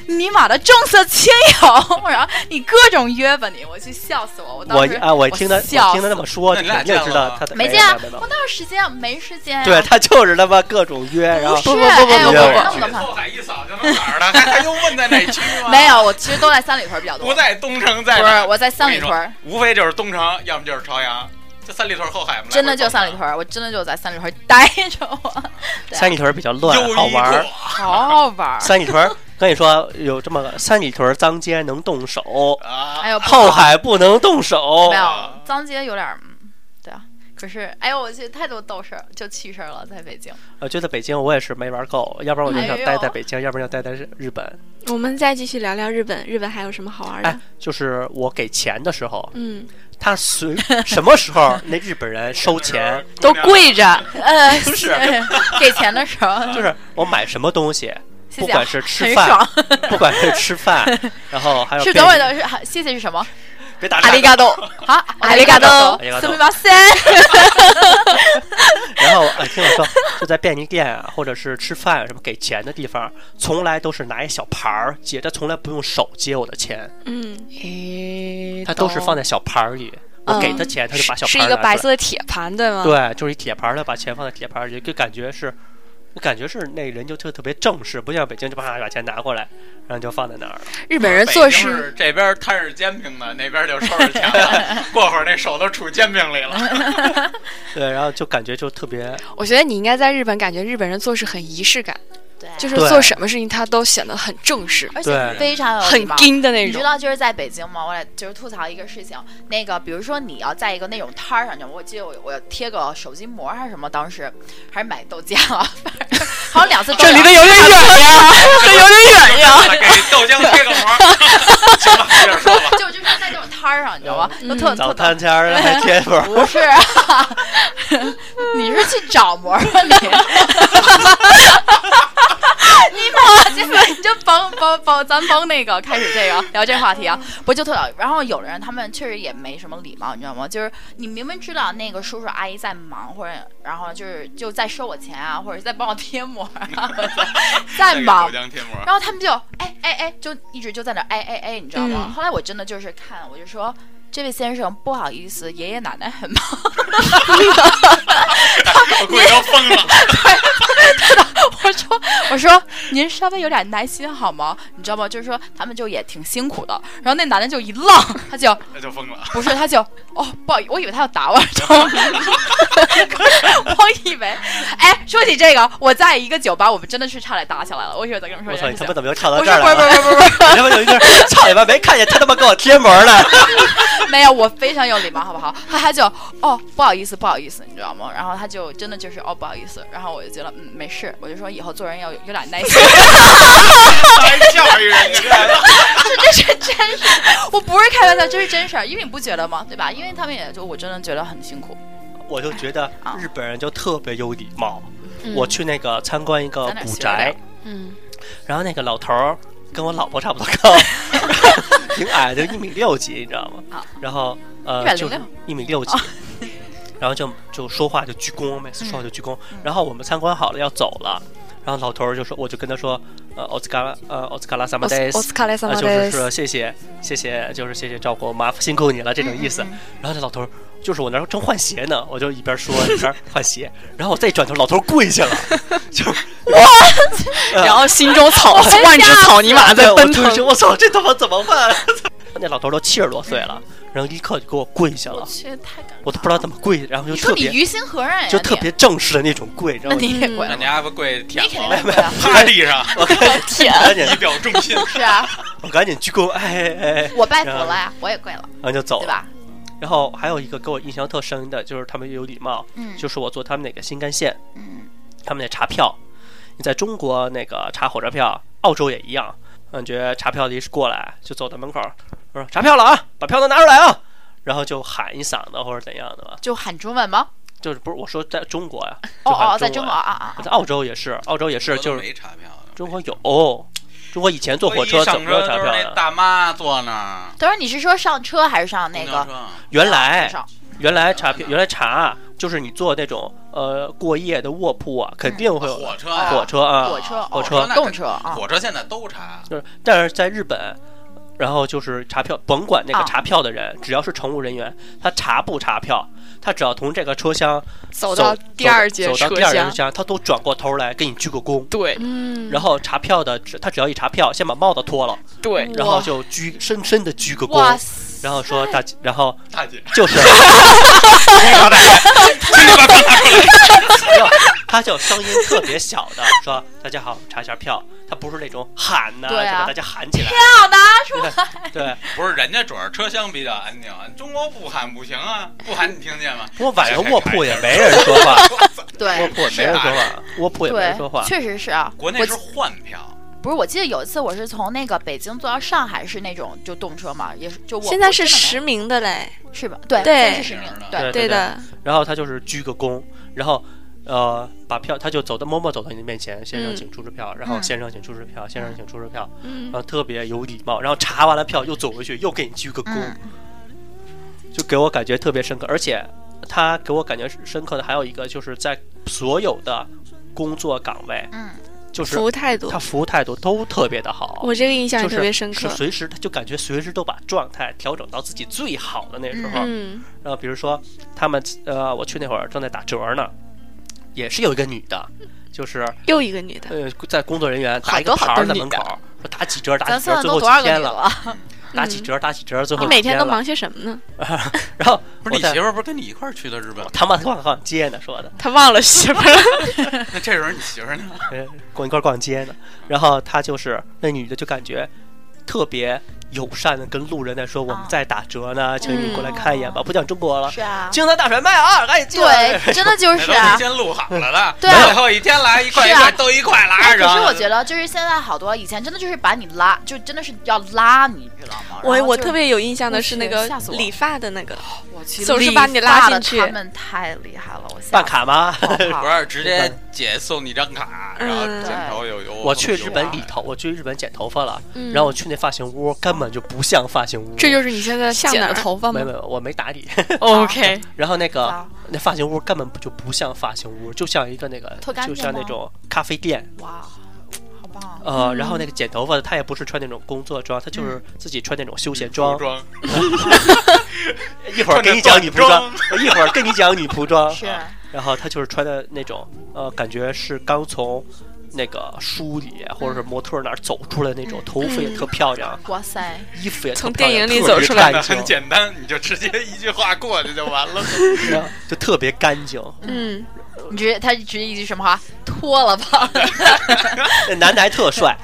[SPEAKER 4] 尼玛的重色轻友，然后你各种约吧你，我去笑死我！我当
[SPEAKER 1] 我
[SPEAKER 4] 时
[SPEAKER 1] 啊，我听他，我
[SPEAKER 4] 笑
[SPEAKER 1] 听他
[SPEAKER 4] 死
[SPEAKER 1] 那么说，
[SPEAKER 5] 那
[SPEAKER 1] 肯
[SPEAKER 5] 你俩
[SPEAKER 1] 定
[SPEAKER 5] 见
[SPEAKER 1] 知
[SPEAKER 5] 了
[SPEAKER 1] 道
[SPEAKER 5] 吗
[SPEAKER 1] 他的
[SPEAKER 4] 没
[SPEAKER 1] 没
[SPEAKER 4] 见啊
[SPEAKER 1] 没没
[SPEAKER 4] 我哪有时间啊？没时间、啊。
[SPEAKER 1] 对他就是他妈各种约，然后
[SPEAKER 3] 不
[SPEAKER 4] 不是，
[SPEAKER 3] 不不不
[SPEAKER 4] 哎，我
[SPEAKER 1] 不
[SPEAKER 4] 我
[SPEAKER 1] 不
[SPEAKER 4] 弄
[SPEAKER 5] 去
[SPEAKER 4] 得怕。
[SPEAKER 5] 后海一扫就能哪儿了？还还用问在哪区吗？
[SPEAKER 4] 没，有，我其实都在三里屯比较多。
[SPEAKER 5] 不在东城，在
[SPEAKER 4] 不
[SPEAKER 5] 哪
[SPEAKER 4] 是
[SPEAKER 5] 儿
[SPEAKER 4] 我在三里屯儿，
[SPEAKER 5] 无非就是东城，要么就是朝阳，就三里屯后海嘛。
[SPEAKER 4] 真的啊就三里屯儿，我真的就在三里屯儿待着我，对
[SPEAKER 1] 三里屯比较
[SPEAKER 5] 来
[SPEAKER 1] 乱好
[SPEAKER 5] 回，跑
[SPEAKER 1] 玩
[SPEAKER 5] 嘛。
[SPEAKER 1] 儿
[SPEAKER 5] 优。衣
[SPEAKER 4] 好好玩儿。
[SPEAKER 1] 三里屯儿，跟你说有这么个三里屯儿脏街能动手
[SPEAKER 5] 库，啊，
[SPEAKER 4] 哎呦，不
[SPEAKER 1] 后海不能动手
[SPEAKER 4] 没。有脏街有点儿，嗯对啊。可是，哎呦，我去太多逗事儿，就趣事儿了，在北京。
[SPEAKER 1] 我呃觉得北京我也是没玩够，要不然我就想
[SPEAKER 4] 哎
[SPEAKER 1] 待
[SPEAKER 4] 呦
[SPEAKER 1] 在北京，要不然就待在日日本。
[SPEAKER 3] 我们再继续聊聊日本，日本还有什么好玩的？
[SPEAKER 1] 哎，就是我给钱的时候，
[SPEAKER 3] 嗯，
[SPEAKER 1] 他随什么时候那日本人收钱，
[SPEAKER 3] 都跪着，
[SPEAKER 4] 呃，
[SPEAKER 1] 不是
[SPEAKER 4] 给钱的时候，
[SPEAKER 1] 就是我买什么东西，
[SPEAKER 4] 谢
[SPEAKER 1] 不
[SPEAKER 4] 谢啊
[SPEAKER 1] 管，是吃
[SPEAKER 4] 很
[SPEAKER 1] 饭
[SPEAKER 4] 爽，。
[SPEAKER 1] 不管是吃饭，然后还有
[SPEAKER 4] 是
[SPEAKER 1] 便
[SPEAKER 4] 等会儿
[SPEAKER 1] 利
[SPEAKER 4] 的是，啊谢谢是什么？
[SPEAKER 1] 别打
[SPEAKER 4] 阿
[SPEAKER 1] 岔
[SPEAKER 4] 里，嘎多，好，阿里嘎多
[SPEAKER 1] 阿，里嘎
[SPEAKER 4] す
[SPEAKER 1] 多
[SPEAKER 4] みません。
[SPEAKER 1] 然后哎，听我说，就在便利店啊，或者是吃饭啊什么给钱的地方，从来都是拿一小盘儿接，他从来不用手接我的钱，
[SPEAKER 3] 嗯，
[SPEAKER 1] 他都是
[SPEAKER 4] 哦
[SPEAKER 1] 放在小盘儿里。我给他
[SPEAKER 6] 嗯
[SPEAKER 1] 钱，他就是把小
[SPEAKER 6] 是
[SPEAKER 1] 盘
[SPEAKER 6] 一
[SPEAKER 1] 儿
[SPEAKER 6] 个
[SPEAKER 1] 拿
[SPEAKER 6] 白
[SPEAKER 1] 出
[SPEAKER 6] 色的铁盘，对
[SPEAKER 4] 嗯
[SPEAKER 6] 吗？
[SPEAKER 1] 来，对，就是一铁盘儿，他把钱放在铁盘儿里，就感觉是，就感觉是那人就特特别正式，不像北京就啪把钱拿过来，然后就放在那儿了。
[SPEAKER 6] 日本人做
[SPEAKER 5] 北京
[SPEAKER 6] 事
[SPEAKER 5] 是这边摊是煎饼的，那边就收拾钱 了。过会儿那手都杵煎饼里了。
[SPEAKER 1] 对，然后就感觉就特别
[SPEAKER 6] 我觉得你应该在日本，感觉日本人做事很仪式感，
[SPEAKER 4] 对
[SPEAKER 6] 就是
[SPEAKER 1] 对
[SPEAKER 6] 做什么事情他都显得很正式、
[SPEAKER 4] 而且
[SPEAKER 1] 对
[SPEAKER 4] 非常有礼
[SPEAKER 6] 很
[SPEAKER 4] 貌
[SPEAKER 6] 盯的那
[SPEAKER 4] 你知
[SPEAKER 6] 种。
[SPEAKER 4] 道就是在北京吗？我得就是吐槽一个事情，那个比如说你要在一个那种摊儿上，就我记得我我贴个手机膜还是什么，当时还是买豆浆啊，反正好像两次都有
[SPEAKER 6] 得有点远呀，这有点远呀。
[SPEAKER 5] 啊给豆浆贴个膜。行吧，接着说 吧。
[SPEAKER 4] 就就是在那种摊儿上，你知道吗？
[SPEAKER 6] 嗯
[SPEAKER 4] 就特
[SPEAKER 1] 早
[SPEAKER 4] 特
[SPEAKER 1] 餐签儿还贴膜儿，
[SPEAKER 4] 不是、啊，你是去找膜吧你？ 你把这个你就甭甭甭，咱甭那个开始这个聊这话题啊，不就特老。然后有的人他们确实也没什么礼貌，你知道吗？就是你明明知道那个叔叔阿姨在忙，或者然后就是就在收我钱啊，或者在帮我贴膜 啊，或者在
[SPEAKER 5] 再给
[SPEAKER 4] 忙
[SPEAKER 5] 豆，浆贴膜。
[SPEAKER 4] 然后他们就哎哎哎，就一直就在那儿哎哎哎，你知道吗？
[SPEAKER 3] 嗯
[SPEAKER 4] 后来我真的就是看，我就说这位先生不好意思，爷爷奶奶很忙，
[SPEAKER 5] 我估计都疯了。
[SPEAKER 4] 我说我说您稍微有点耐心好吗？你知道吗？就是说他们就也挺辛苦的。然后那男的就一愣，他就
[SPEAKER 5] 那就疯了。
[SPEAKER 4] 不是，他就哦，不好意思，我以为他要打我，知道吗？ 我以为，哎，说起这个，我在一个酒吧，我们真的是差点打起来了。我一会儿再跟你们说
[SPEAKER 1] 我操，
[SPEAKER 4] 这件
[SPEAKER 1] 你
[SPEAKER 4] 事
[SPEAKER 1] 他
[SPEAKER 4] 情
[SPEAKER 1] 妈。怎么又跳到
[SPEAKER 4] 不
[SPEAKER 1] 这
[SPEAKER 4] 是，
[SPEAKER 1] 儿
[SPEAKER 4] 不是，
[SPEAKER 1] 来
[SPEAKER 4] 不
[SPEAKER 1] 了？
[SPEAKER 4] 是，不是，不是，
[SPEAKER 1] 你他妈 有一句，操你妈没看见他他妈跟我贴膜呢？
[SPEAKER 4] 没有，我非常有礼貌，好不好？他他就哦，不好意思，不好意思，你知道吗？然后他就真的就是哦，不好意思。然后我就觉得嗯，没事，我就说以后做人要有有点耐心。
[SPEAKER 5] 还教育人家，
[SPEAKER 4] 这是真事，我不是开玩笑，这是真事儿，因为你不觉得吗？对吧？因为他们也就我真的觉得很辛苦。
[SPEAKER 1] 我就觉得
[SPEAKER 4] 啊嗯
[SPEAKER 1] 日本人就特别有礼貌。我去那个参观一个
[SPEAKER 4] 咱俩
[SPEAKER 1] 古
[SPEAKER 4] 学
[SPEAKER 1] 宅
[SPEAKER 4] 点，
[SPEAKER 3] 嗯，
[SPEAKER 1] 然后那个老头儿跟我老婆差不多高，挺矮的，一米六几，你知道吗
[SPEAKER 4] 啊？
[SPEAKER 1] 然后呃，
[SPEAKER 4] 106
[SPEAKER 1] 就是一米六几，然后就就说话就鞠躬，每次说话就鞠躬。然后我们参观好了要走了，然后老头儿就说，我就跟他说，呃，奥斯卡，呃，奥斯卡拉萨马德斯
[SPEAKER 6] 奥，斯卡莱萨
[SPEAKER 1] 啊，
[SPEAKER 6] 马
[SPEAKER 1] 就是
[SPEAKER 6] 德
[SPEAKER 1] 说谢谢谢谢，就是谢谢照顾，麻烦辛苦你了这种意
[SPEAKER 4] 嗯
[SPEAKER 1] 思。然后这老头儿就是我那儿正换鞋呢，我就一边说一边换鞋，然后我再一转头，老头儿跪下了，就是
[SPEAKER 7] 然后心中草万只草泥马在
[SPEAKER 1] 哎我
[SPEAKER 7] 奔
[SPEAKER 1] 突
[SPEAKER 7] 腾
[SPEAKER 1] 然。说我操，这他妈怎么办？ 那老头儿都七十多岁了，然后立刻就给我跪下了，
[SPEAKER 4] 去，太感人了
[SPEAKER 1] 我都不知道怎么跪，然后就
[SPEAKER 4] 你说
[SPEAKER 1] 特
[SPEAKER 4] 你
[SPEAKER 1] 别
[SPEAKER 4] 于心何忍呀？
[SPEAKER 1] 就特别正式的那种跪，然
[SPEAKER 4] 那
[SPEAKER 1] 后
[SPEAKER 4] 你也跪
[SPEAKER 5] 嗯那
[SPEAKER 4] 了，
[SPEAKER 5] 你还不跪舔
[SPEAKER 4] 你肯定
[SPEAKER 5] 了
[SPEAKER 4] 也？跪啊，
[SPEAKER 5] 趴地上，
[SPEAKER 1] 我赶紧赶紧
[SPEAKER 5] 以表忠 心。
[SPEAKER 4] 是啊，
[SPEAKER 1] 我赶紧鞠躬，哎哎哎，
[SPEAKER 4] 我拜佛了呀，我也跪了，
[SPEAKER 1] 然后就走
[SPEAKER 4] 对
[SPEAKER 1] 了。
[SPEAKER 4] 吧？
[SPEAKER 1] 然后还有一个给我印象特深的就是他们有礼貌，
[SPEAKER 4] 嗯，
[SPEAKER 1] 就是我坐他们那个新干线。
[SPEAKER 4] 嗯，
[SPEAKER 1] 他们得查票。你在中国那个查火车票，澳洲也一样。感觉查票的一过来，就走到门口，我说查票了啊，把票都拿出来啊，然后就喊一嗓子或者怎样的吧。
[SPEAKER 4] 就喊中文吗？
[SPEAKER 1] 就是不是我说在中国呀、就
[SPEAKER 4] 哦
[SPEAKER 1] 喊
[SPEAKER 4] 哦，在
[SPEAKER 1] 中
[SPEAKER 4] 中
[SPEAKER 1] 文
[SPEAKER 4] 国啊啊啊！
[SPEAKER 1] 在澳洲也是，澳洲也是，就是
[SPEAKER 5] 没查票呢。
[SPEAKER 1] 中国有，中国以前坐火车
[SPEAKER 5] 我一
[SPEAKER 1] 怎
[SPEAKER 5] 上
[SPEAKER 1] 么没有
[SPEAKER 5] 车
[SPEAKER 1] 查
[SPEAKER 5] 就是
[SPEAKER 1] 票啊
[SPEAKER 5] 那
[SPEAKER 1] 呢？
[SPEAKER 5] 大妈坐那儿，
[SPEAKER 4] 等会儿你是说上车还是上那
[SPEAKER 5] 公交
[SPEAKER 4] 个？
[SPEAKER 5] 车
[SPEAKER 1] 原来
[SPEAKER 4] 上
[SPEAKER 1] 原来查票，原来查就是你坐那种呃过夜的卧铺啊，肯定会有
[SPEAKER 5] 火车啊
[SPEAKER 1] 火车啊，
[SPEAKER 4] 火车、
[SPEAKER 1] 火
[SPEAKER 4] 哦
[SPEAKER 1] 车
[SPEAKER 5] 那
[SPEAKER 4] 动车啊，
[SPEAKER 5] 火车现在都查，
[SPEAKER 1] 就是，但是在日本，然后就是查票，甭管
[SPEAKER 7] 哦
[SPEAKER 1] 那个
[SPEAKER 4] 啊
[SPEAKER 1] 查票的人，只要是乘务人员，他查不查票，他只要从这个车厢
[SPEAKER 7] 走到第二节
[SPEAKER 1] 走
[SPEAKER 7] 车
[SPEAKER 1] 到第二节车
[SPEAKER 7] 厢，
[SPEAKER 1] 厢，他都转过头来给你鞠个躬。
[SPEAKER 7] 对
[SPEAKER 3] 嗯，
[SPEAKER 1] 然后查票的，只他只要一查票，先把帽子脱了，
[SPEAKER 7] 对，
[SPEAKER 1] 然后就鞠深深的鞠个
[SPEAKER 4] 哇
[SPEAKER 1] 躬，，然后说大，然后
[SPEAKER 5] 大姐，
[SPEAKER 1] 就是
[SPEAKER 5] 大姐，请你把票拿出来。
[SPEAKER 1] 没有，他就声音特别小的说：“大家好，查一下票。”他不是那种喊呐、
[SPEAKER 4] 对啊啊
[SPEAKER 1] 就把大家喊起来。
[SPEAKER 4] 好的，
[SPEAKER 1] 对，
[SPEAKER 5] 不是，人家主要是车厢比较安静，啊中国不喊不行啊，不喊你听见吗？
[SPEAKER 1] 不过晚上卧铺也没人说话，卧
[SPEAKER 4] 对
[SPEAKER 1] 铺也没人说 话，卧铺也没人说话
[SPEAKER 4] 对，。确实是啊。
[SPEAKER 5] 国内
[SPEAKER 4] 我
[SPEAKER 5] 是换票，
[SPEAKER 4] 不是，我记得有一次我是从那个北京坐到上海，是那种就动车嘛，也是就我
[SPEAKER 3] 现在
[SPEAKER 4] 我
[SPEAKER 3] 是
[SPEAKER 4] 真的没
[SPEAKER 3] 实名的嘞，
[SPEAKER 4] 是吧？对
[SPEAKER 3] 对
[SPEAKER 4] 真是实名
[SPEAKER 5] 是的，
[SPEAKER 4] 对，
[SPEAKER 1] 对
[SPEAKER 3] 的，
[SPEAKER 1] 然后他就是鞠个躬，然后呃把票，他就走到默默走到你的面前，先生
[SPEAKER 3] 嗯
[SPEAKER 1] 请出示票，然后
[SPEAKER 4] 嗯
[SPEAKER 1] 先生请出示票，先生请出示票，
[SPEAKER 3] 嗯
[SPEAKER 1] 然，后呃特别有礼貌，然后查完了票又走回去，又给你鞠个躬，
[SPEAKER 4] 嗯，
[SPEAKER 1] 就给我感觉特别深刻，而且他给我感觉深刻的还有一个就是在所有的工作岗位，
[SPEAKER 4] 嗯，
[SPEAKER 1] 就是
[SPEAKER 3] 服务态度
[SPEAKER 1] 他，服务态度都特别的好。
[SPEAKER 3] 我这个印象
[SPEAKER 1] 就
[SPEAKER 3] 也
[SPEAKER 1] 是
[SPEAKER 3] 特别深
[SPEAKER 1] 是
[SPEAKER 3] 刻。
[SPEAKER 1] 随时他就感觉随时都把状态调整到自己最好的那时候，
[SPEAKER 3] 嗯
[SPEAKER 1] 然后比如说他们呃，我去那会儿正在打折呢，也是有一个女的，就是，
[SPEAKER 3] 又一个女的，
[SPEAKER 1] 呃，在工作人员打
[SPEAKER 7] 好
[SPEAKER 1] 一个
[SPEAKER 7] 多好
[SPEAKER 1] 牌儿
[SPEAKER 7] 多
[SPEAKER 1] 在
[SPEAKER 7] 女
[SPEAKER 1] 门
[SPEAKER 7] 的
[SPEAKER 1] 口，说打几折，打
[SPEAKER 4] 咱
[SPEAKER 1] 几折，
[SPEAKER 4] 算
[SPEAKER 1] 最
[SPEAKER 4] 都
[SPEAKER 1] 后
[SPEAKER 4] 多少
[SPEAKER 1] 几
[SPEAKER 4] 个女
[SPEAKER 1] 天
[SPEAKER 4] 的
[SPEAKER 1] 了，啊
[SPEAKER 4] 了？
[SPEAKER 1] 打几折，打几折，最后
[SPEAKER 3] 你
[SPEAKER 1] 几
[SPEAKER 3] 啊每天都
[SPEAKER 1] 了。
[SPEAKER 3] 忙些什么呢？
[SPEAKER 1] 然后
[SPEAKER 5] 不是
[SPEAKER 1] 我
[SPEAKER 5] 你
[SPEAKER 1] 在
[SPEAKER 5] 媳妇儿不是跟你一块儿去的日本
[SPEAKER 1] 我
[SPEAKER 5] 吗？
[SPEAKER 1] 他妈逛逛街呢，说的，
[SPEAKER 7] 他忘了媳妇儿了，
[SPEAKER 5] 那这时候你媳妇儿呢？
[SPEAKER 1] 呃逛一块儿逛街呢。然后她就是那女的，就感觉特别友善的跟路人在说：“我们
[SPEAKER 4] 啊
[SPEAKER 1] 在打折呢，请你过来
[SPEAKER 4] 嗯
[SPEAKER 1] 看一眼吧。”不讲中国了，
[SPEAKER 4] 是啊，
[SPEAKER 1] 京南大甩卖啊，赶紧进来。
[SPEAKER 4] 对，真的就
[SPEAKER 5] 那
[SPEAKER 4] 是
[SPEAKER 5] 都是
[SPEAKER 4] 啊。
[SPEAKER 5] 先录好了的，
[SPEAKER 4] 对啊
[SPEAKER 5] 最后一天来一块一
[SPEAKER 4] 是啊
[SPEAKER 5] 块都一块拉
[SPEAKER 4] 哎可
[SPEAKER 5] 着。
[SPEAKER 4] 是我觉得，就是现在好多以前真的就是把你拉，就真的是要拉你，知道吗？然
[SPEAKER 3] 我
[SPEAKER 4] 后
[SPEAKER 3] 我
[SPEAKER 4] 就
[SPEAKER 3] 特别有印象的
[SPEAKER 4] 我
[SPEAKER 3] 是
[SPEAKER 4] 去
[SPEAKER 3] 那个
[SPEAKER 4] 吓死我了
[SPEAKER 3] 理发的那个，
[SPEAKER 4] 我去
[SPEAKER 3] 总是
[SPEAKER 4] 理
[SPEAKER 3] 把你
[SPEAKER 4] 发
[SPEAKER 3] 拉
[SPEAKER 4] 的
[SPEAKER 3] 进去
[SPEAKER 4] 他们太厉害了，我吓
[SPEAKER 1] 办
[SPEAKER 4] 死
[SPEAKER 1] 卡吗？
[SPEAKER 4] 我 了
[SPEAKER 5] 不是直接姐送你张卡，然后剪头有有。
[SPEAKER 1] 我去日本理
[SPEAKER 5] 有
[SPEAKER 1] 头，我去日本剪头发了，
[SPEAKER 3] 嗯
[SPEAKER 1] 然后我去那发型屋，根本就不像发型屋。
[SPEAKER 6] 这就是你现在
[SPEAKER 3] 像
[SPEAKER 6] 剪
[SPEAKER 3] 哪
[SPEAKER 6] 的
[SPEAKER 3] 儿
[SPEAKER 6] 头发
[SPEAKER 1] 没有？没
[SPEAKER 6] 吗
[SPEAKER 1] 有，我没打理。
[SPEAKER 3] 啊
[SPEAKER 7] OK，
[SPEAKER 1] 然后那个
[SPEAKER 4] 啊
[SPEAKER 1] 那发型屋根本就不像发型屋，就像一个那个
[SPEAKER 4] 特干净
[SPEAKER 1] 就像那
[SPEAKER 4] 吗
[SPEAKER 1] 种咖啡店。
[SPEAKER 4] 哇，好棒啊！
[SPEAKER 1] 呃，然后那个剪头发的他也不是穿那种工作装，他就是自己穿那种休闲装
[SPEAKER 5] 嗯服。装，
[SPEAKER 1] 一会儿跟你讲女仆装，一会儿跟你讲女仆装。
[SPEAKER 4] 是
[SPEAKER 1] 然后他就是穿的那种呃，感觉是刚从那个书里或者是模特那儿走出来那种，头发也特漂亮，
[SPEAKER 4] 哇塞，
[SPEAKER 1] 衣服也特
[SPEAKER 7] 从
[SPEAKER 1] 漂
[SPEAKER 7] 电
[SPEAKER 1] 亮
[SPEAKER 7] 影里
[SPEAKER 1] 特
[SPEAKER 7] 走
[SPEAKER 1] 别
[SPEAKER 7] 出来
[SPEAKER 1] 干
[SPEAKER 5] 很
[SPEAKER 1] 净，
[SPEAKER 5] 简单，你就直接一句话过去就完 了。
[SPEAKER 1] 然后就特别干净。
[SPEAKER 3] 嗯，
[SPEAKER 4] 你直接他直接一句什么话，脱了吧！
[SPEAKER 1] 那男的还特帅，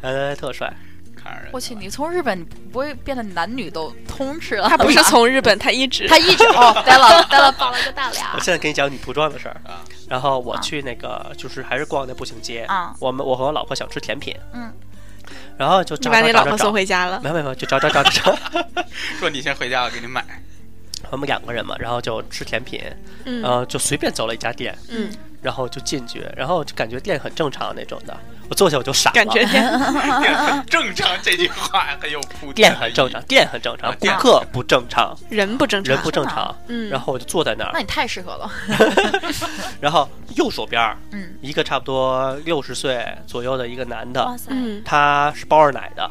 [SPEAKER 1] 男的还特帅，
[SPEAKER 5] 看着人
[SPEAKER 4] 我去，你从日本你不会变得男女都通吃了吧？
[SPEAKER 7] 他不是 从日本，他一直
[SPEAKER 4] 他一直哦，呆 了呆了，抱了个大俩
[SPEAKER 1] 我现在跟你讲女仆装的事儿
[SPEAKER 5] 啊。
[SPEAKER 1] 然后我去那个就是还是逛那步行街
[SPEAKER 4] 啊，
[SPEAKER 1] 我们我和我老婆想吃甜品，
[SPEAKER 4] 嗯，
[SPEAKER 1] 然后就
[SPEAKER 7] 你
[SPEAKER 1] 找
[SPEAKER 7] 把
[SPEAKER 1] 找
[SPEAKER 7] 你
[SPEAKER 1] 找
[SPEAKER 7] 老
[SPEAKER 1] 找
[SPEAKER 7] 婆送
[SPEAKER 1] 找，
[SPEAKER 7] 回家了。
[SPEAKER 1] 没有没有没有，就找找找找找，
[SPEAKER 5] 说你先回家，我给你 买。
[SPEAKER 1] 我们两个人嘛，然后就吃甜品，
[SPEAKER 3] 嗯
[SPEAKER 1] 然后就随便走了一家店，
[SPEAKER 3] 嗯，
[SPEAKER 1] 然后就进去，然后就感觉店很正常那种的，我坐下我就傻了，
[SPEAKER 7] 感觉
[SPEAKER 5] 正常这句话很有铺垫
[SPEAKER 1] 店很正常，店很正常
[SPEAKER 5] 啊，
[SPEAKER 1] 顾
[SPEAKER 5] 店
[SPEAKER 1] 客不正常，
[SPEAKER 7] 人不正常
[SPEAKER 1] 人，不正常，
[SPEAKER 3] 嗯
[SPEAKER 1] 然后我就坐在那
[SPEAKER 4] 那
[SPEAKER 1] 儿，
[SPEAKER 4] 你太适合了。
[SPEAKER 1] 然后右手边儿
[SPEAKER 4] 嗯，哦
[SPEAKER 1] 一个差不多六十岁左右的一个男的，
[SPEAKER 4] 塞
[SPEAKER 3] 嗯，
[SPEAKER 1] 他是包二奶的，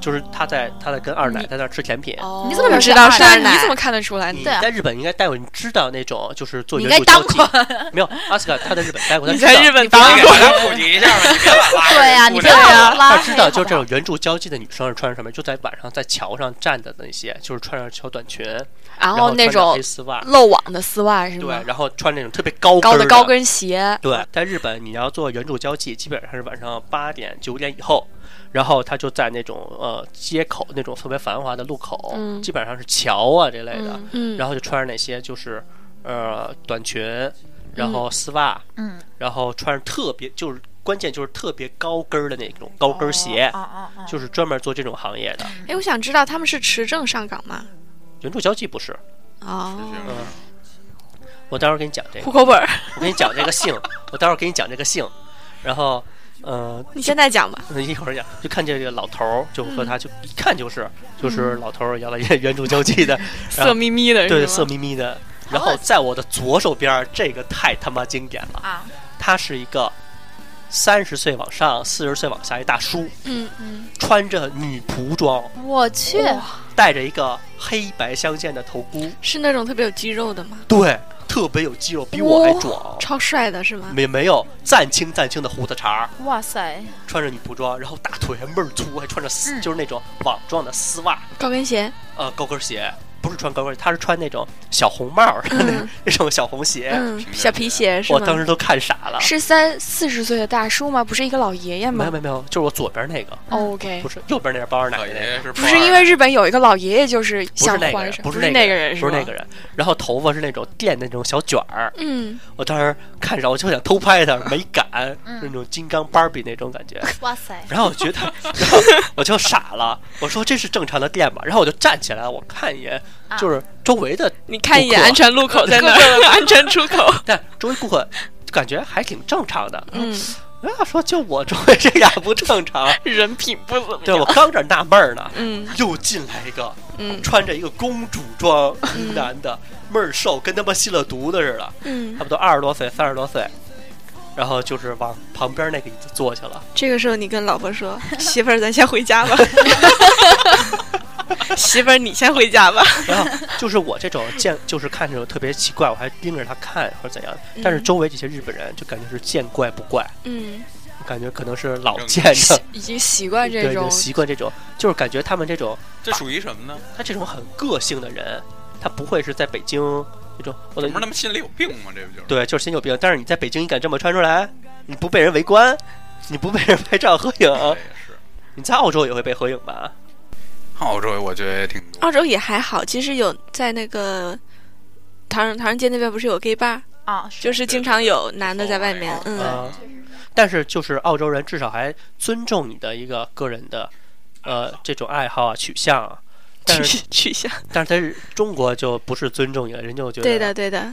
[SPEAKER 1] 就是他在他在跟二奶
[SPEAKER 4] 你
[SPEAKER 1] 在那儿吃甜品。
[SPEAKER 7] 哦
[SPEAKER 4] 你怎么
[SPEAKER 7] 知道
[SPEAKER 4] 是
[SPEAKER 7] 是
[SPEAKER 4] 二
[SPEAKER 7] 二
[SPEAKER 6] 但
[SPEAKER 7] 奶？
[SPEAKER 6] 你怎么看得出来
[SPEAKER 1] 你
[SPEAKER 6] 呢？
[SPEAKER 4] 对啊
[SPEAKER 1] 在日本应该待过，你知道那种就是做
[SPEAKER 4] 你
[SPEAKER 1] 援助
[SPEAKER 4] 应该当过
[SPEAKER 1] 交际，没有？阿斯卡他在日本待 过，他
[SPEAKER 7] 你
[SPEAKER 1] 知道
[SPEAKER 7] 在日本
[SPEAKER 6] 啊
[SPEAKER 4] 当
[SPEAKER 7] 当
[SPEAKER 5] 你给
[SPEAKER 7] 过
[SPEAKER 5] 大家普及一下吧，你别老拉人
[SPEAKER 4] 对呀，
[SPEAKER 5] 铺
[SPEAKER 4] 你别
[SPEAKER 5] 垫
[SPEAKER 4] 老拉
[SPEAKER 1] 他
[SPEAKER 4] 黑
[SPEAKER 1] 知道，就是这
[SPEAKER 4] 好
[SPEAKER 1] 种援助交际的女生是穿什么，就在晚上在桥上站着的那些，就是穿上小短裙，
[SPEAKER 6] 然
[SPEAKER 1] 然后
[SPEAKER 6] 后那
[SPEAKER 1] 穿着
[SPEAKER 6] 种
[SPEAKER 1] 黑丝袜，
[SPEAKER 6] 漏网的丝袜是
[SPEAKER 1] 对
[SPEAKER 6] 吗，？
[SPEAKER 1] 然后穿那种特别高
[SPEAKER 6] 高
[SPEAKER 1] 的
[SPEAKER 6] 的高。跟鞋，
[SPEAKER 1] 对，在日本你要做援助交际，基本上是晚上八点九点以后，然后他就在那种呃街口那种特别繁华的路口，
[SPEAKER 6] 嗯
[SPEAKER 1] 基本上是桥啊这类的，
[SPEAKER 7] 嗯
[SPEAKER 6] 嗯，
[SPEAKER 1] 然后就穿着那些就是呃短裙，然后丝袜，
[SPEAKER 4] 不好嗯，
[SPEAKER 1] 然后穿着特别就是关键就是特别高跟儿的那种高跟鞋，
[SPEAKER 4] 哦哦哦，
[SPEAKER 1] 就是专门做这种行业的。
[SPEAKER 3] 哎，我想知道他们是持证上岗吗？
[SPEAKER 1] 援助交际不是，
[SPEAKER 3] 哦，
[SPEAKER 1] 嗯，我待会儿给你讲这个
[SPEAKER 7] 户，口本儿，
[SPEAKER 1] 我给你讲这个姓，我待会儿给你讲这个姓，然后嗯、
[SPEAKER 7] 你现在讲吧。
[SPEAKER 1] 呃 一会儿讲，就看见这个老头儿，就和
[SPEAKER 7] 嗯
[SPEAKER 1] 他就一看就是就是老头儿原来也援助交 际的，然后
[SPEAKER 7] 色眯眯的，
[SPEAKER 1] 对
[SPEAKER 7] 是吗
[SPEAKER 1] 色眯眯的。然后在我的左手边儿，这个太他妈经典了。
[SPEAKER 4] 啊，
[SPEAKER 1] 他是一个三十岁往上、四十岁往下一大叔，
[SPEAKER 3] 嗯
[SPEAKER 4] 嗯，
[SPEAKER 1] 穿着女仆
[SPEAKER 7] 哦
[SPEAKER 1] 装，
[SPEAKER 4] 我去，
[SPEAKER 1] 戴着一个黑白相间的头箍，
[SPEAKER 3] 是那种特别有肌肉的吗？
[SPEAKER 1] 对，特别有肌肉，比我还壮。
[SPEAKER 3] 超帅的是吗？
[SPEAKER 1] 没没有赞青赞青的胡子茬儿，
[SPEAKER 4] 哇塞，
[SPEAKER 1] 穿着女仆装，然后大腿还倍儿粗，还穿着丝，
[SPEAKER 4] 嗯
[SPEAKER 1] 就是那种网状的丝袜，
[SPEAKER 7] 嗯
[SPEAKER 3] 高跟鞋，
[SPEAKER 1] 呃，高跟鞋，不是穿高跟鞋，他是穿那种小红帽儿，
[SPEAKER 3] 嗯
[SPEAKER 1] 那种小红
[SPEAKER 7] 哎
[SPEAKER 1] 鞋，
[SPEAKER 3] 嗯，
[SPEAKER 5] 平
[SPEAKER 7] 小
[SPEAKER 5] 时
[SPEAKER 7] 皮鞋是
[SPEAKER 1] 我
[SPEAKER 7] 吗？
[SPEAKER 1] 当时都看傻了。
[SPEAKER 6] 是三四十岁的大叔吗？不是一个老爷爷
[SPEAKER 1] 没有
[SPEAKER 6] 吗哎
[SPEAKER 1] 没有没有，就是我左边那个，
[SPEAKER 6] ？OK，
[SPEAKER 1] 不是右边那是包二奶
[SPEAKER 5] 老
[SPEAKER 1] 奶那个。
[SPEAKER 5] 爷爷是
[SPEAKER 6] 不是因为日本有一个老爷爷就是
[SPEAKER 1] 不是
[SPEAKER 6] 想
[SPEAKER 1] 那个
[SPEAKER 6] 还
[SPEAKER 1] 人
[SPEAKER 6] 上，，
[SPEAKER 1] 不是
[SPEAKER 6] 是
[SPEAKER 1] 那
[SPEAKER 6] 个
[SPEAKER 1] 人，
[SPEAKER 6] 是
[SPEAKER 1] 不是那
[SPEAKER 6] 吗
[SPEAKER 1] 个人。然后头发是那种垫的那种小卷儿，
[SPEAKER 3] 嗯，
[SPEAKER 1] 我当时看着我就想偷拍他，没敢，
[SPEAKER 4] 嗯
[SPEAKER 1] 那种金刚芭比那种感觉。
[SPEAKER 4] 哇塞，
[SPEAKER 1] 然后我觉得，然后我就傻了，我说这是正常的店吧？然后我就站起来，我看一眼，
[SPEAKER 4] 啊
[SPEAKER 1] 就是周围的，
[SPEAKER 7] 你看一眼
[SPEAKER 1] 顾客
[SPEAKER 7] 安全路口在哪儿？安全出口。
[SPEAKER 1] 但周围顾客感觉还挺正常的。
[SPEAKER 7] 嗯，
[SPEAKER 1] 然后说就我周围这俩不正常，
[SPEAKER 7] 人品不怎么
[SPEAKER 1] 对我
[SPEAKER 7] 样。
[SPEAKER 1] 刚这儿纳闷儿呢，
[SPEAKER 7] 嗯
[SPEAKER 1] 又进来一个，
[SPEAKER 7] 嗯，
[SPEAKER 1] 穿着一个公主装男的，倍儿瘦，跟他妈吸了毒的似的。
[SPEAKER 3] 嗯
[SPEAKER 1] 差，不多二十多岁、三十多岁，然后就是往旁边那个椅子坐下了。
[SPEAKER 3] 这个时候你跟老婆 说，媳妇儿，咱先回家 吧。
[SPEAKER 7] 媳妇儿，你先回家吧。
[SPEAKER 1] 然后就是我这种见，就是看这种特别奇怪，我还盯着他看或者怎样。但是周围这些日本人就感觉是见怪不怪，
[SPEAKER 3] 嗯
[SPEAKER 1] 感觉可能是老
[SPEAKER 5] 嗯
[SPEAKER 1] 见着，
[SPEAKER 6] 已经习惯
[SPEAKER 1] 对，
[SPEAKER 6] 这
[SPEAKER 1] 已经
[SPEAKER 6] 种，
[SPEAKER 1] 习惯这种，就是感觉他们这种
[SPEAKER 5] 这属于什么呢？
[SPEAKER 1] 他这种很个性的人，他不会是在北京那种我
[SPEAKER 5] 不
[SPEAKER 1] 的
[SPEAKER 5] 是他们心里有病吗？这不就是？
[SPEAKER 1] 对，就是心有病。但是你在北京，你敢这么穿出来，你不被人围观，你不被人拍照合影，
[SPEAKER 5] 这也是。
[SPEAKER 1] 你在澳洲也会被合影吧？
[SPEAKER 5] 澳洲我觉得也挺
[SPEAKER 4] 啊
[SPEAKER 5] 多，
[SPEAKER 3] 澳洲也还好，其实有在那个唐人唐人街那边不是有 gay bar，
[SPEAKER 4] 啊，
[SPEAKER 3] 就是经常有男的在外面，嗯
[SPEAKER 1] 啊，但是就是澳洲人至少还尊重你的一个个人的，呃，这种爱好啊、取向啊。但是
[SPEAKER 7] 去去向。
[SPEAKER 1] 但是在日中国就不是尊重你了，人就觉得
[SPEAKER 3] 对的
[SPEAKER 7] 嗯
[SPEAKER 3] 对的，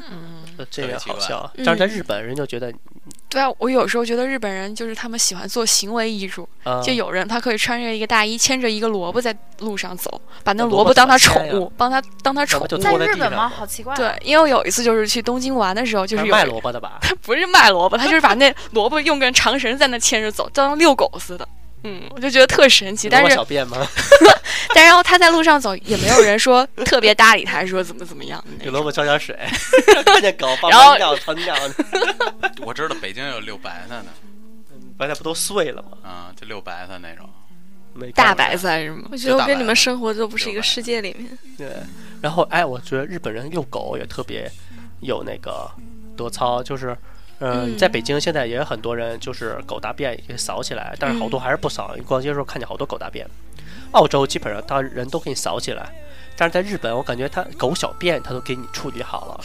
[SPEAKER 1] 呃这个好笑。
[SPEAKER 3] 嗯
[SPEAKER 1] 但是在日本，人就觉得
[SPEAKER 6] 对啊，我有时候觉得日本人就是他们喜欢做行为艺术，
[SPEAKER 1] 啊，
[SPEAKER 6] 就有人他可以穿着一个大衣，牵着一个萝卜在路上走，把
[SPEAKER 1] 那
[SPEAKER 6] 那萝
[SPEAKER 1] 萝
[SPEAKER 6] 卜
[SPEAKER 1] 卜
[SPEAKER 6] 当他
[SPEAKER 1] 怎么
[SPEAKER 6] 宠
[SPEAKER 1] 牵
[SPEAKER 6] 物，帮他当他
[SPEAKER 1] 那
[SPEAKER 6] 宠
[SPEAKER 1] 不
[SPEAKER 6] 物
[SPEAKER 1] 就。
[SPEAKER 4] 在
[SPEAKER 1] 拖在
[SPEAKER 4] 日
[SPEAKER 1] 地
[SPEAKER 4] 本吗？
[SPEAKER 1] 上，
[SPEAKER 4] 好奇怪，，啊
[SPEAKER 6] 对，因为我有一次就是去东京玩的时候，就
[SPEAKER 1] 他
[SPEAKER 6] 是
[SPEAKER 1] 是
[SPEAKER 6] 有
[SPEAKER 1] 卖
[SPEAKER 6] 人
[SPEAKER 1] 萝卜的吧？
[SPEAKER 6] 他不是卖萝卜，他就是把那萝卜用根长绳在那牵着走，当遛狗似的。嗯，我 就觉得特神奇，
[SPEAKER 1] 萝
[SPEAKER 6] 但
[SPEAKER 1] 卜
[SPEAKER 6] 是
[SPEAKER 1] 小便吗？
[SPEAKER 6] 但然后他在路上走，也没有人说特别搭理他，说怎么怎么样的那
[SPEAKER 1] 给
[SPEAKER 6] 种。
[SPEAKER 1] 萝卜浇点水，看见狗帮
[SPEAKER 6] 然后
[SPEAKER 1] 尿尿尿，
[SPEAKER 5] 我知道北京有遛白菜的，
[SPEAKER 1] 完了不都碎了吗？
[SPEAKER 5] 嗯，就六白的那种。
[SPEAKER 1] 没
[SPEAKER 7] 大
[SPEAKER 1] 看过
[SPEAKER 7] 白菜是吗？
[SPEAKER 3] 我觉得
[SPEAKER 5] 大
[SPEAKER 3] 我跟
[SPEAKER 5] 白
[SPEAKER 3] 你们生活都不是一
[SPEAKER 5] 六
[SPEAKER 3] 个
[SPEAKER 5] 百
[SPEAKER 3] 世界里面。
[SPEAKER 1] 对，然后哎，我觉得日本人遛狗也特别有那个多操，就是。嗯，
[SPEAKER 3] 嗯
[SPEAKER 1] 在北京现在也很多人就是狗大便也给扫起来，但是好多还是不扫。你逛街的时候看见好多狗大便，澳洲基本上当人都给你扫起来，但是在日本我感觉他狗小便他都给你处理好了，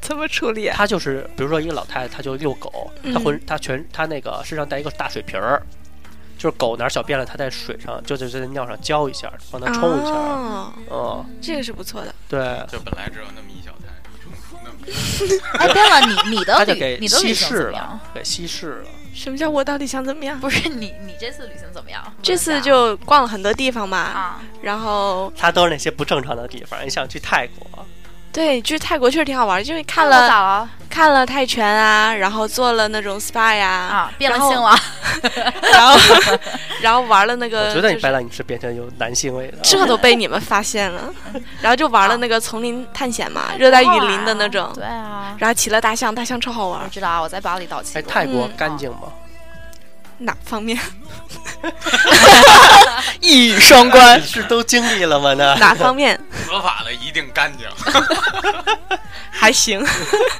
[SPEAKER 3] 怎么处 理啊？
[SPEAKER 1] 他就是比如说一个老太太，她就遛狗，她
[SPEAKER 3] 嗯
[SPEAKER 1] 浑她全她那个身上带一个大水瓶儿，就是狗哪儿小便了，她在水上就就在尿上浇一下，帮它冲一下，
[SPEAKER 7] 啊
[SPEAKER 3] 哦，
[SPEAKER 1] 嗯，
[SPEAKER 3] 这个是不错的。
[SPEAKER 1] 对，
[SPEAKER 5] 就本来只有那么一小台，冲出那么一
[SPEAKER 4] 哎，对了，你你
[SPEAKER 1] 他
[SPEAKER 4] 的
[SPEAKER 1] 就
[SPEAKER 4] 旅
[SPEAKER 1] 给
[SPEAKER 4] 你的
[SPEAKER 1] 稀
[SPEAKER 4] 旅行
[SPEAKER 1] 释
[SPEAKER 4] 怎么样
[SPEAKER 1] 了？，给稀释了。
[SPEAKER 3] 什么叫我到底想怎么样？
[SPEAKER 4] 不是你你这次旅行怎么样？
[SPEAKER 3] 这次就逛了很多地方嘛，
[SPEAKER 4] 啊，
[SPEAKER 3] 然后
[SPEAKER 1] 它都是那些不正常的地方。你想去泰国，
[SPEAKER 3] 对，去泰国确实挺好玩，因为看
[SPEAKER 4] 看
[SPEAKER 3] 了
[SPEAKER 4] 咋了
[SPEAKER 3] 看了泰拳啊，然后做了那种 SPA 呀、
[SPEAKER 4] 啊？变了
[SPEAKER 3] 然后
[SPEAKER 4] 性了？
[SPEAKER 3] 然后然后玩了那个，
[SPEAKER 1] 我觉得你
[SPEAKER 3] 呃就是
[SPEAKER 1] 白兰你是变成有男性味的。
[SPEAKER 3] 这都被你们发现 了，然后就玩
[SPEAKER 4] 啊
[SPEAKER 3] 了那个丛林探险嘛，热带雨林的那种，
[SPEAKER 4] 对啊，
[SPEAKER 3] 然后骑了大象，大象超好
[SPEAKER 4] 我
[SPEAKER 3] 玩，
[SPEAKER 4] 知道啊，我在巴黎倒骑
[SPEAKER 1] 哎，
[SPEAKER 4] 过。
[SPEAKER 1] 泰国
[SPEAKER 3] 嗯
[SPEAKER 1] 干净吗？
[SPEAKER 3] 哪方面
[SPEAKER 7] 一语双关
[SPEAKER 1] 你。 是都经历了吗？ 那
[SPEAKER 3] 哪 方面
[SPEAKER 5] 合法的一定干净。
[SPEAKER 3] 还行，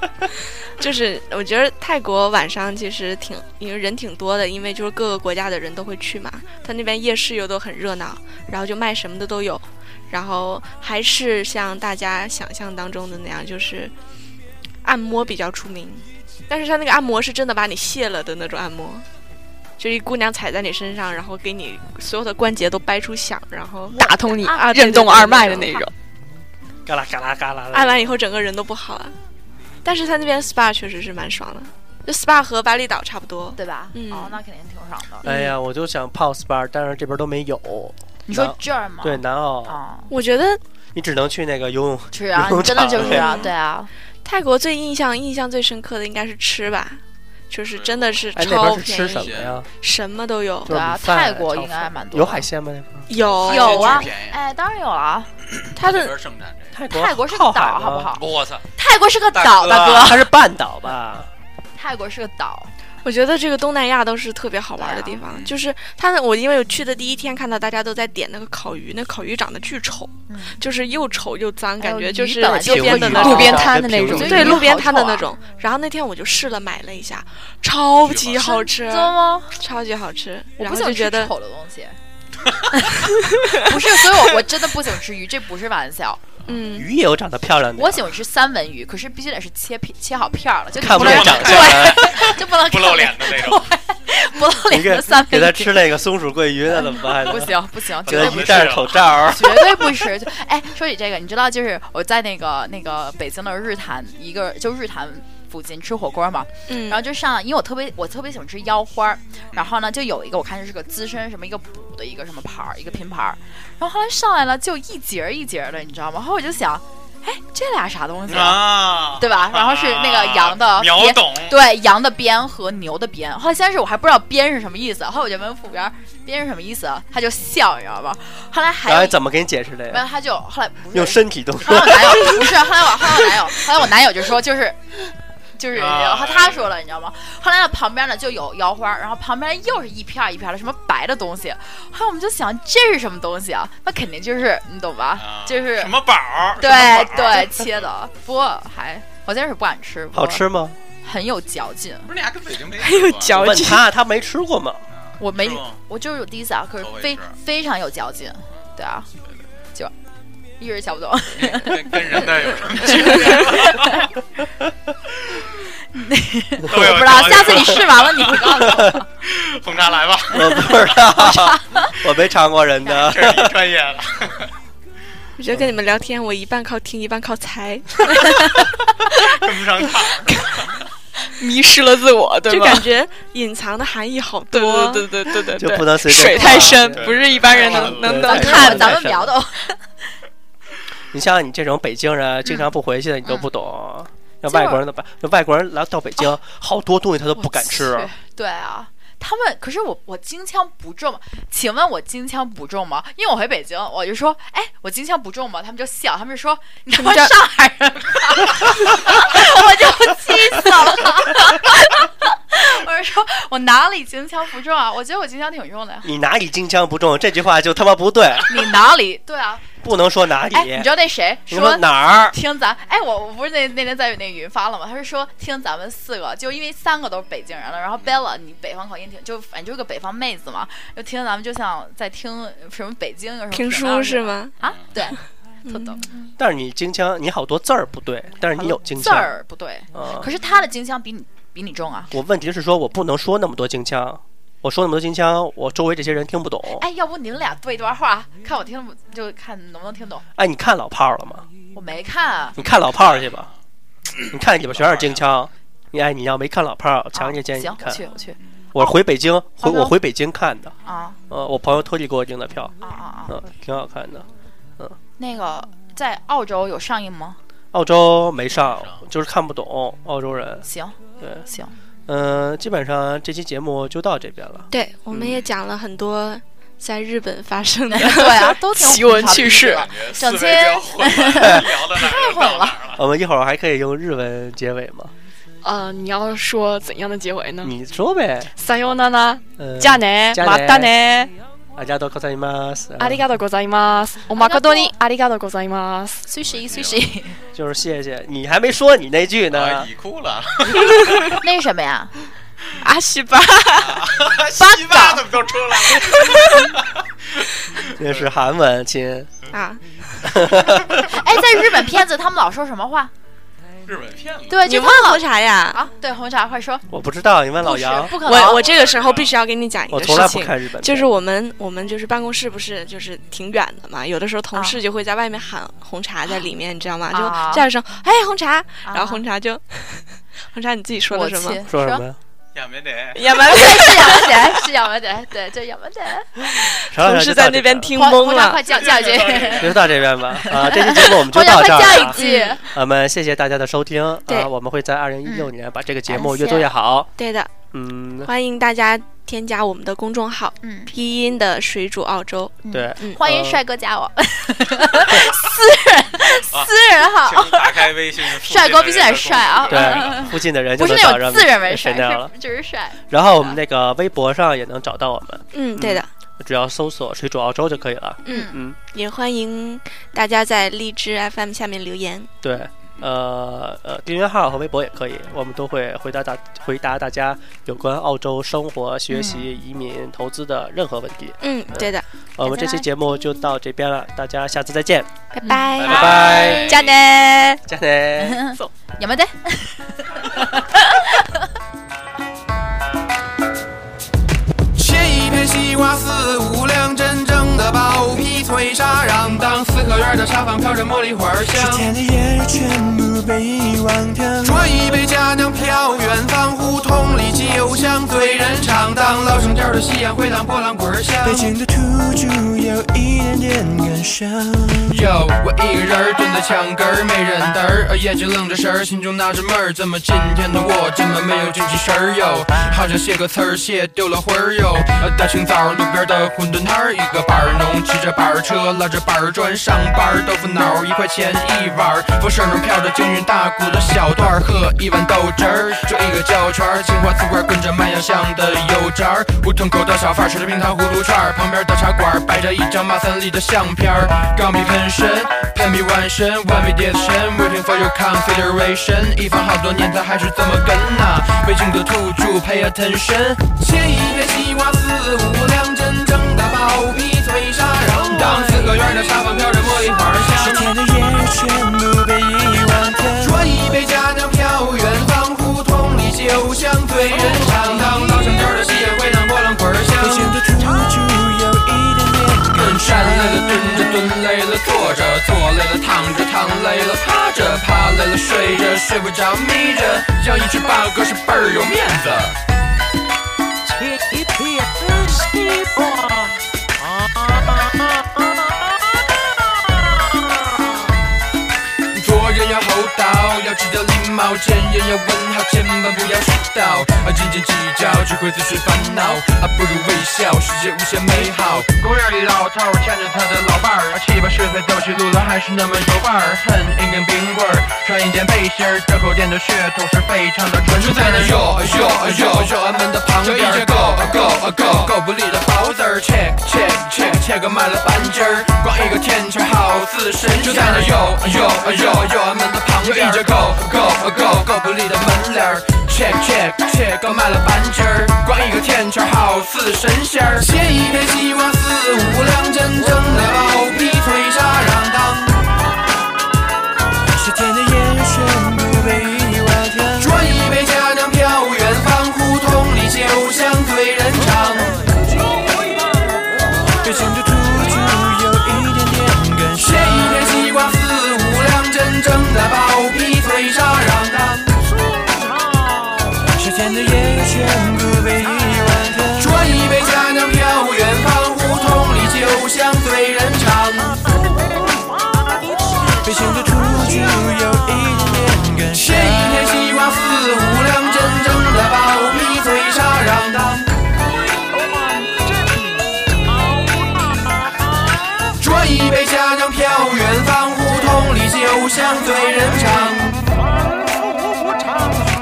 [SPEAKER 3] 就是我觉得泰国晚上其实挺，因为人挺多的，因为就是各个国家的人都会去嘛，他那边夜市又都很热闹，然后就卖什么的都有，然后还是像大家想象当中的那样，就是按摩比较出名，但是他那个按摩是真的把你卸了的那种按摩。就一姑娘踩在你身上，然后给你所有的关节都掰出响，然后
[SPEAKER 7] 打通你
[SPEAKER 3] 啊对
[SPEAKER 7] 任督二脉的那种，
[SPEAKER 1] 嘎啦嘎啦嘎啦的。
[SPEAKER 3] 按完以后整个人都不好了。但是他那边 SPA 确实是蛮爽的，就 SPA 和巴厘岛差不多。
[SPEAKER 4] 对吧？
[SPEAKER 3] 嗯
[SPEAKER 4] 哦，那肯定挺爽的。
[SPEAKER 1] 哎呀，我就想泡 SPA，但是这边都没有。
[SPEAKER 4] 你说
[SPEAKER 1] 南
[SPEAKER 4] 这儿吗？
[SPEAKER 3] 啊
[SPEAKER 1] 对南澳，
[SPEAKER 4] 哦，
[SPEAKER 3] 我觉得
[SPEAKER 1] 你只能去那个游泳。
[SPEAKER 4] 是啊，
[SPEAKER 1] 游泳
[SPEAKER 4] 你真的
[SPEAKER 1] 场
[SPEAKER 4] 就是啊，对啊，
[SPEAKER 3] 泰国最印象印象最深刻的应该是吃吧，就是真的是
[SPEAKER 1] 哎，那边
[SPEAKER 3] 超
[SPEAKER 1] 是吃
[SPEAKER 3] 便宜，
[SPEAKER 1] 什么呀？
[SPEAKER 3] 什么都有，
[SPEAKER 1] 就是
[SPEAKER 4] 对啊
[SPEAKER 1] 米饭
[SPEAKER 4] 泰国
[SPEAKER 1] 炒
[SPEAKER 4] 应该
[SPEAKER 1] 饭
[SPEAKER 4] 蛮多
[SPEAKER 1] 有
[SPEAKER 4] 的
[SPEAKER 1] 海鲜吗？那边儿
[SPEAKER 3] 有
[SPEAKER 4] 有啊
[SPEAKER 5] 巨便宜，
[SPEAKER 4] 哎，当然有了 啊。
[SPEAKER 3] 它
[SPEAKER 5] 这
[SPEAKER 3] 的
[SPEAKER 5] 边盛产这
[SPEAKER 1] 泰国
[SPEAKER 4] 泰国是
[SPEAKER 1] 靠
[SPEAKER 4] 个
[SPEAKER 1] 海
[SPEAKER 4] 岛，
[SPEAKER 1] 吗
[SPEAKER 4] 好不？好？
[SPEAKER 5] 个。我操，
[SPEAKER 4] 泰国是个
[SPEAKER 5] 大
[SPEAKER 4] 岛，
[SPEAKER 5] 哥
[SPEAKER 4] 大哥。
[SPEAKER 1] 它是半岛吧？
[SPEAKER 4] 泰国是个岛，
[SPEAKER 3] 我觉得这个东南亚都是特别好玩的地方，
[SPEAKER 5] 对啊
[SPEAKER 3] 就是它的。我因为我去的第一天看到大家都在点那个烤鱼，那烤鱼长得巨丑，
[SPEAKER 4] 嗯，
[SPEAKER 3] 就是又丑又脏，
[SPEAKER 4] 哎呦
[SPEAKER 3] 感觉就
[SPEAKER 4] 鱼
[SPEAKER 3] 是
[SPEAKER 4] 本来就
[SPEAKER 3] 街边的
[SPEAKER 4] 是
[SPEAKER 3] 那
[SPEAKER 4] 鱼
[SPEAKER 3] 种
[SPEAKER 7] 路边摊的那
[SPEAKER 1] 平
[SPEAKER 7] 种
[SPEAKER 1] 民
[SPEAKER 4] 对
[SPEAKER 3] 对，
[SPEAKER 4] 鱼
[SPEAKER 3] 路边
[SPEAKER 4] 好
[SPEAKER 3] 摊的
[SPEAKER 4] 丑
[SPEAKER 3] 那
[SPEAKER 4] 啊
[SPEAKER 3] 种。然后那天我就试了买了一下，超级好吃
[SPEAKER 4] 真，的吗？
[SPEAKER 3] 超级好吃。
[SPEAKER 4] 我
[SPEAKER 3] 然后
[SPEAKER 4] 不喜欢
[SPEAKER 3] 就
[SPEAKER 4] 吃
[SPEAKER 3] 觉得
[SPEAKER 4] 丑的东西。 不是，所以我我真的不喜欢吃鱼，这不是玩笑。
[SPEAKER 3] 嗯，
[SPEAKER 1] 鱼也有长得漂亮的呀，
[SPEAKER 4] 我喜欢吃三文鱼，可是必须得是切片切好片儿了，就你
[SPEAKER 1] 看不
[SPEAKER 4] 不
[SPEAKER 1] 见
[SPEAKER 4] 能
[SPEAKER 1] 长相
[SPEAKER 4] 对，
[SPEAKER 1] 啊。
[SPEAKER 4] 就不能
[SPEAKER 5] 不露脸的那种，
[SPEAKER 4] 看，不露脸的三文鱼。
[SPEAKER 1] 给他吃那个松鼠桂鱼，那怎么办呢？
[SPEAKER 4] 不行不行，
[SPEAKER 1] 给
[SPEAKER 4] 绝
[SPEAKER 1] 他
[SPEAKER 4] 对
[SPEAKER 1] 鱼戴上口罩儿。
[SPEAKER 4] 绝对不吃。就哎，说起这个，你知道，就是我在那个那个北京的日坛一个，就日坛附近吃火锅嘛，
[SPEAKER 3] 嗯，
[SPEAKER 4] 然后就上，因为我特别我特别喜欢吃腰花儿，然后呢，就有一个我看是个资深什么一个补的一个什么盘儿，一个拼盘儿，然后后来上来了就一节儿一节儿的，你知道吗？然后我就想，哎，这俩啥东西啊？
[SPEAKER 5] 啊，
[SPEAKER 4] 对吧？然后是那
[SPEAKER 1] 啊
[SPEAKER 4] 个羊的
[SPEAKER 5] 秒
[SPEAKER 4] 边
[SPEAKER 5] 懂，
[SPEAKER 4] 对，羊的鞭和牛的鞭。后来先是我还不知道鞭是什么意思，后来我就问服务员鞭是什么意思，啊他就笑，你知道吗？后来 还
[SPEAKER 1] 然
[SPEAKER 4] 有
[SPEAKER 1] 后
[SPEAKER 4] 一
[SPEAKER 1] 怎么给你解释的
[SPEAKER 4] 没有，
[SPEAKER 1] 呀？
[SPEAKER 4] 他就后来不是
[SPEAKER 1] 用身体动
[SPEAKER 4] 后
[SPEAKER 1] 作
[SPEAKER 4] 来我男友不是，后来我后来我男友，后来我男友就说就是。就是，然后他说了，你知道吗？后来呢，旁边呢就有腰花，然后旁边又是一片儿一片儿的什么白的东西。后来我们就想，这是什么东西啊？那肯定就是你懂吧？
[SPEAKER 5] 啊
[SPEAKER 4] 就是
[SPEAKER 5] 什么宝儿，
[SPEAKER 4] 对
[SPEAKER 5] 什么宝儿，
[SPEAKER 4] 对切的。不过还我真是不敢吃，不
[SPEAKER 1] 好，
[SPEAKER 4] 过
[SPEAKER 1] 吃吗？
[SPEAKER 4] 很有嚼劲。
[SPEAKER 5] 不是你还跟北京没啊还有
[SPEAKER 1] 我问他，他没吃过吗？
[SPEAKER 4] 我没，我就是第一次啊，可是
[SPEAKER 5] 头一
[SPEAKER 4] 非
[SPEAKER 5] 次
[SPEAKER 4] 非常有嚼劲。对啊，就一直嚼不动。
[SPEAKER 5] 跟跟人的有什么 区别吗？都有
[SPEAKER 4] 我不知道，
[SPEAKER 5] 嚼劲
[SPEAKER 4] 下次你试完了你告诉我。
[SPEAKER 5] 红茶来吧，
[SPEAKER 1] 我不知道， 我没尝过人的。
[SPEAKER 5] 这是你专业的。
[SPEAKER 3] 我
[SPEAKER 1] 嗯
[SPEAKER 3] 觉得跟你们聊天，我一半靠听，一半靠猜，
[SPEAKER 5] 跟不上 趟，
[SPEAKER 7] 迷失了自我，对
[SPEAKER 3] 就
[SPEAKER 7] 吧
[SPEAKER 3] 感？觉隐藏的含义好
[SPEAKER 7] 对
[SPEAKER 3] 多。
[SPEAKER 7] 对对对对对
[SPEAKER 1] 就
[SPEAKER 7] 对，
[SPEAKER 1] 不能随便
[SPEAKER 7] 水太深
[SPEAKER 1] 对，
[SPEAKER 5] 对
[SPEAKER 7] 不是一般人
[SPEAKER 5] 对
[SPEAKER 7] 能能
[SPEAKER 1] 对
[SPEAKER 7] 能
[SPEAKER 4] 咱
[SPEAKER 1] 对
[SPEAKER 4] 看
[SPEAKER 1] 对
[SPEAKER 4] 咱们聊的，
[SPEAKER 1] 你像你这种北京人，啊经
[SPEAKER 4] 嗯
[SPEAKER 1] 常不回去的，你都不懂。那外国人怎么办？那外国人来到北京，好多东西他都不敢吃
[SPEAKER 4] 哦我。去。对啊，他们可是我我金枪不中，请问我金枪不中吗？因为我回北京，我就说，哎，我金枪不中吗？他们就笑，他们就说你他妈上海人吧，我就气死了。我是说我哪里金枪不重啊？我觉得我金枪挺重的呀。
[SPEAKER 1] 你哪里金枪不中？这句话就他妈不对，
[SPEAKER 4] 你哪里？对啊，
[SPEAKER 1] 不能说哪里。
[SPEAKER 4] 哎，你知道那谁
[SPEAKER 1] 你说
[SPEAKER 4] 说
[SPEAKER 1] 哪儿？
[SPEAKER 4] 听咱哎，我我不是那那天在那语音发了吗？他是说听咱们四个，就因为三个都是北京人了，
[SPEAKER 1] 嗯
[SPEAKER 4] 然后 Bella 你北方口音挺，就反正就是个北方妹子嘛，就听咱们就像在听什么北京有什么
[SPEAKER 3] 评
[SPEAKER 4] 什
[SPEAKER 3] 书
[SPEAKER 4] 么
[SPEAKER 3] 是吗？
[SPEAKER 4] 啊？对，
[SPEAKER 1] 嗯
[SPEAKER 4] 特逗，
[SPEAKER 1] 但是你京腔，你好多字儿不对，但是你有京
[SPEAKER 4] 字
[SPEAKER 1] 腔。
[SPEAKER 4] 儿不对，
[SPEAKER 1] 啊
[SPEAKER 4] 可是他的京腔比你比你重啊。
[SPEAKER 1] 我问题是说我不能说那么多京腔，我说那么多京腔，我周围这些人听不懂。
[SPEAKER 4] 哎，要不你们俩对一段话，看我听不就看能不能听懂？
[SPEAKER 1] 哎，你看老炮儿了吗？
[SPEAKER 4] 我没看啊，
[SPEAKER 1] 你看老炮儿去吧，你看里边全是京腔。你哎，你要没看老炮儿，强烈建议
[SPEAKER 4] 啊行
[SPEAKER 1] 你，
[SPEAKER 4] 我
[SPEAKER 1] 看。
[SPEAKER 4] 去我去
[SPEAKER 1] 我是回北京，回
[SPEAKER 4] 好的
[SPEAKER 1] 我回北京看的。
[SPEAKER 4] 啊
[SPEAKER 1] 呃，我朋友特地给我订的票，
[SPEAKER 4] 啊啊啊！
[SPEAKER 1] 嗯，挺好看的。
[SPEAKER 4] 那个在澳洲有上映吗？
[SPEAKER 1] 澳洲没上，就是看不懂澳洲人。
[SPEAKER 4] 行
[SPEAKER 1] 对，
[SPEAKER 4] 行，
[SPEAKER 1] 嗯、基本上这期节目就到这边了。
[SPEAKER 3] 对，我们
[SPEAKER 1] 嗯
[SPEAKER 3] 也讲了很多在日本发生的
[SPEAKER 4] 对啊，都挺
[SPEAKER 7] 奇闻
[SPEAKER 4] 虎
[SPEAKER 7] 趣事
[SPEAKER 4] 的
[SPEAKER 5] 感觉思
[SPEAKER 4] 整
[SPEAKER 5] 维比
[SPEAKER 4] 天
[SPEAKER 5] 较 混乱，聊的
[SPEAKER 4] 太混了。
[SPEAKER 1] 我们一会儿还可以用日文结尾吗？
[SPEAKER 6] 呃，你要说怎样的结尾
[SPEAKER 3] 嗯
[SPEAKER 6] 呢？
[SPEAKER 1] 你说呗。
[SPEAKER 6] さようなら、
[SPEAKER 1] 嗯、
[SPEAKER 6] じゃあね、
[SPEAKER 1] じゃ
[SPEAKER 6] ま
[SPEAKER 1] あね
[SPEAKER 6] たね。
[SPEAKER 1] ありがとうございます。
[SPEAKER 6] ありがとうございます。お誠にありがとうございます。
[SPEAKER 4] sushi sushi，
[SPEAKER 1] 就是谢谢你还没说你那句
[SPEAKER 5] 啊，
[SPEAKER 1] 呢。
[SPEAKER 5] 已哭了，
[SPEAKER 4] 那是什么呀？
[SPEAKER 3] 阿西吧。
[SPEAKER 5] 西巴怎么都出 来了？
[SPEAKER 1] 这是韩文，亲。
[SPEAKER 3] 啊，
[SPEAKER 4] 哎，在日本片子他们老说什么话？
[SPEAKER 5] 日本骗子，
[SPEAKER 4] 对，
[SPEAKER 3] 你
[SPEAKER 4] 就
[SPEAKER 3] 问我啥呀？
[SPEAKER 4] 啊，对红茶快说，
[SPEAKER 1] 我不知道，你问老
[SPEAKER 4] 不是
[SPEAKER 1] 杨。
[SPEAKER 4] 不可能，
[SPEAKER 3] 我我这个时候必须要跟你讲一
[SPEAKER 1] 我
[SPEAKER 3] 个
[SPEAKER 1] 从来
[SPEAKER 3] 事
[SPEAKER 1] 不
[SPEAKER 3] 情，
[SPEAKER 1] 看日本片，
[SPEAKER 3] 就是我们我们就是办公室不是就是挺远的嘛，有的时候同事就会在外面喊红茶在里面，你知道吗？
[SPEAKER 4] 啊
[SPEAKER 3] 就叫一声哎红茶，
[SPEAKER 4] 啊
[SPEAKER 3] 然后红茶就 红茶你自己说的
[SPEAKER 4] 我
[SPEAKER 3] 什么？
[SPEAKER 4] 亲
[SPEAKER 1] 说什么？呀？
[SPEAKER 5] 亚美得
[SPEAKER 3] 也没
[SPEAKER 4] 对，是养门姐，是养门姐，对，就养门姐。
[SPEAKER 1] 常
[SPEAKER 3] 同
[SPEAKER 1] 常
[SPEAKER 3] 事在那边听
[SPEAKER 4] 红
[SPEAKER 3] 懵
[SPEAKER 4] 茶
[SPEAKER 3] 了
[SPEAKER 4] 快。叫叫一句，
[SPEAKER 1] 就到这边吧。啊，这期节目我们 就
[SPEAKER 4] 红茶
[SPEAKER 1] 到
[SPEAKER 4] 快
[SPEAKER 1] 这儿
[SPEAKER 4] 叫
[SPEAKER 1] 了
[SPEAKER 4] 一
[SPEAKER 1] 啊。
[SPEAKER 4] 句。
[SPEAKER 1] 我们谢谢大家的收听
[SPEAKER 3] 对
[SPEAKER 1] 啊，我们会在二零一六年把这个节目
[SPEAKER 4] 嗯感谢
[SPEAKER 1] 越做越好。
[SPEAKER 3] 对的，
[SPEAKER 1] 嗯，
[SPEAKER 3] 欢迎大家添加我们的公众号
[SPEAKER 4] 嗯
[SPEAKER 3] “拼音的水煮澳洲
[SPEAKER 1] 对，
[SPEAKER 4] 欢迎
[SPEAKER 1] 呃
[SPEAKER 4] 帅哥加我，私人私人号，
[SPEAKER 5] 请打开微信，
[SPEAKER 4] 哦帅哥必须得帅啊
[SPEAKER 1] 对，附近的人就
[SPEAKER 4] 不
[SPEAKER 1] 能
[SPEAKER 4] 是那
[SPEAKER 1] 找着
[SPEAKER 4] 种自认为
[SPEAKER 1] 谁
[SPEAKER 4] 帅，
[SPEAKER 1] 那样 了。
[SPEAKER 4] 是就是帅。
[SPEAKER 1] 然后我们那个微博上也能找到我们，”。
[SPEAKER 3] 嗯，对的，
[SPEAKER 1] 只要搜索“水煮澳洲”就可以了。
[SPEAKER 3] 嗯，
[SPEAKER 1] 嗯，
[SPEAKER 3] 也欢迎大家在荔枝 FM 下面留言。
[SPEAKER 1] 对，呃呃，订阅号和微博也可以，我们都会回答大回答大家有关澳洲生活、学习、
[SPEAKER 4] 嗯
[SPEAKER 1] 移民、投资的任何问题。
[SPEAKER 3] 嗯，对的，
[SPEAKER 1] 我们这期节目就到这边了，大家下次再见，
[SPEAKER 3] 拜拜，
[SPEAKER 5] 拜
[SPEAKER 1] 拜
[SPEAKER 3] 加奈。
[SPEAKER 1] 加油！
[SPEAKER 4] 嗯 有没得？
[SPEAKER 2] 切一片西瓜四五两，真正的薄皮脆沙瓤。当四合院的沙发飘着茉莉花香，
[SPEAKER 8] 天的夜全部被遗忘掉。
[SPEAKER 2] 端一杯佳酿飘远方，胡同里酒香醉人肠。当老生调的夕阳回荡波浪滚儿响。
[SPEAKER 8] 北京的土著有一点点感伤，
[SPEAKER 2] Yo，我一个人儿蹲在墙根儿，没人搭儿，呃眼睛愣着神儿，心中纳着闷儿，怎么今天的我这么没有精气神儿哟？好像写个词儿写丢了魂儿哟。呃大清早路边的馄饨摊儿，一个板儿农骑着板儿车，拉着板儿砖上班儿，豆腐脑儿一块钱一碗儿，风绳上飘着京韵大鼓的小段儿，喝一碗豆汁儿，就一个胶圈儿，青花瓷罐儿跟着卖洋香的油渣儿，胡同口的小贩儿吃着冰糖葫芦串儿，旁边的茶馆儿摆着一张马三立的相片儿，钢笔喷身，喷笔万身，完美叠身，waiting for your consideration，一放好多年他还是这么跟呐、北京的土著 pay attention，切一片西瓜四五两，真正的薄皮脆沙瓤，当四合院的沙发飘着茉莉花香
[SPEAKER 8] 是。天的夜全部被遗忘掉。
[SPEAKER 2] 说一杯佳酿飘远方，胡同里酒香醉人肠。当老城头的夕阳回荡波浪滚儿
[SPEAKER 8] 北
[SPEAKER 2] 响
[SPEAKER 8] 京。的土著有一点点感
[SPEAKER 2] 站累了
[SPEAKER 8] 伤。
[SPEAKER 2] 蹲着，蹲累了坐着，坐累了躺着，躺累了趴着，趴累了睡着，睡不着眯着，要一直八哥是倍儿有面子。做人要厚道，要知道礼冒险也要问好，千万不要摔倒。啊，斤斤计较只会自寻烦恼，啊，不如微笑，世界无限美好。公园里老头儿牵着他的老伴儿，啊，七八十岁走起路来还是那么有范儿。哼，一根冰棍儿，穿一件背心儿，这口店的血统是非常的纯正。就在那哟哟哟哟俺们的旁边儿，Go Go Go Go 不里的包子儿，切切切切个满了半斤儿，光一个甜圈好似神仙儿。就在那哟哟哟哟俺们的旁边儿，Go Go Go Go 不里的门脸儿。check check check 刚买了半截儿，光一个甜圈好似神仙儿。写一篇希望四五两，真正的暴脾吹沙嚷荡，
[SPEAKER 8] 夏天的夜全部被意外填满。
[SPEAKER 2] 端一杯佳酿飘远方，胡同里酒香醉人肠。
[SPEAKER 8] 对象的突出有一点点感
[SPEAKER 2] 写
[SPEAKER 8] 伤。
[SPEAKER 2] 一篇西瓜四五两，真正的暴脾吹沙嚷荡。
[SPEAKER 8] 夏天的夜全部被意外填满。
[SPEAKER 2] 端一杯佳酿飘远方，胡同里酒香醉人肠。
[SPEAKER 8] 对象的突出有一点点感
[SPEAKER 2] 写
[SPEAKER 8] 伤。
[SPEAKER 2] 一篇西瓜四五两，真正的暴脾吹沙嚷荡。端一杯佳酿飘远方，胡同里酒香醉人肠。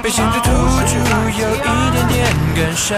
[SPEAKER 8] 被心的突出有一点点感伤。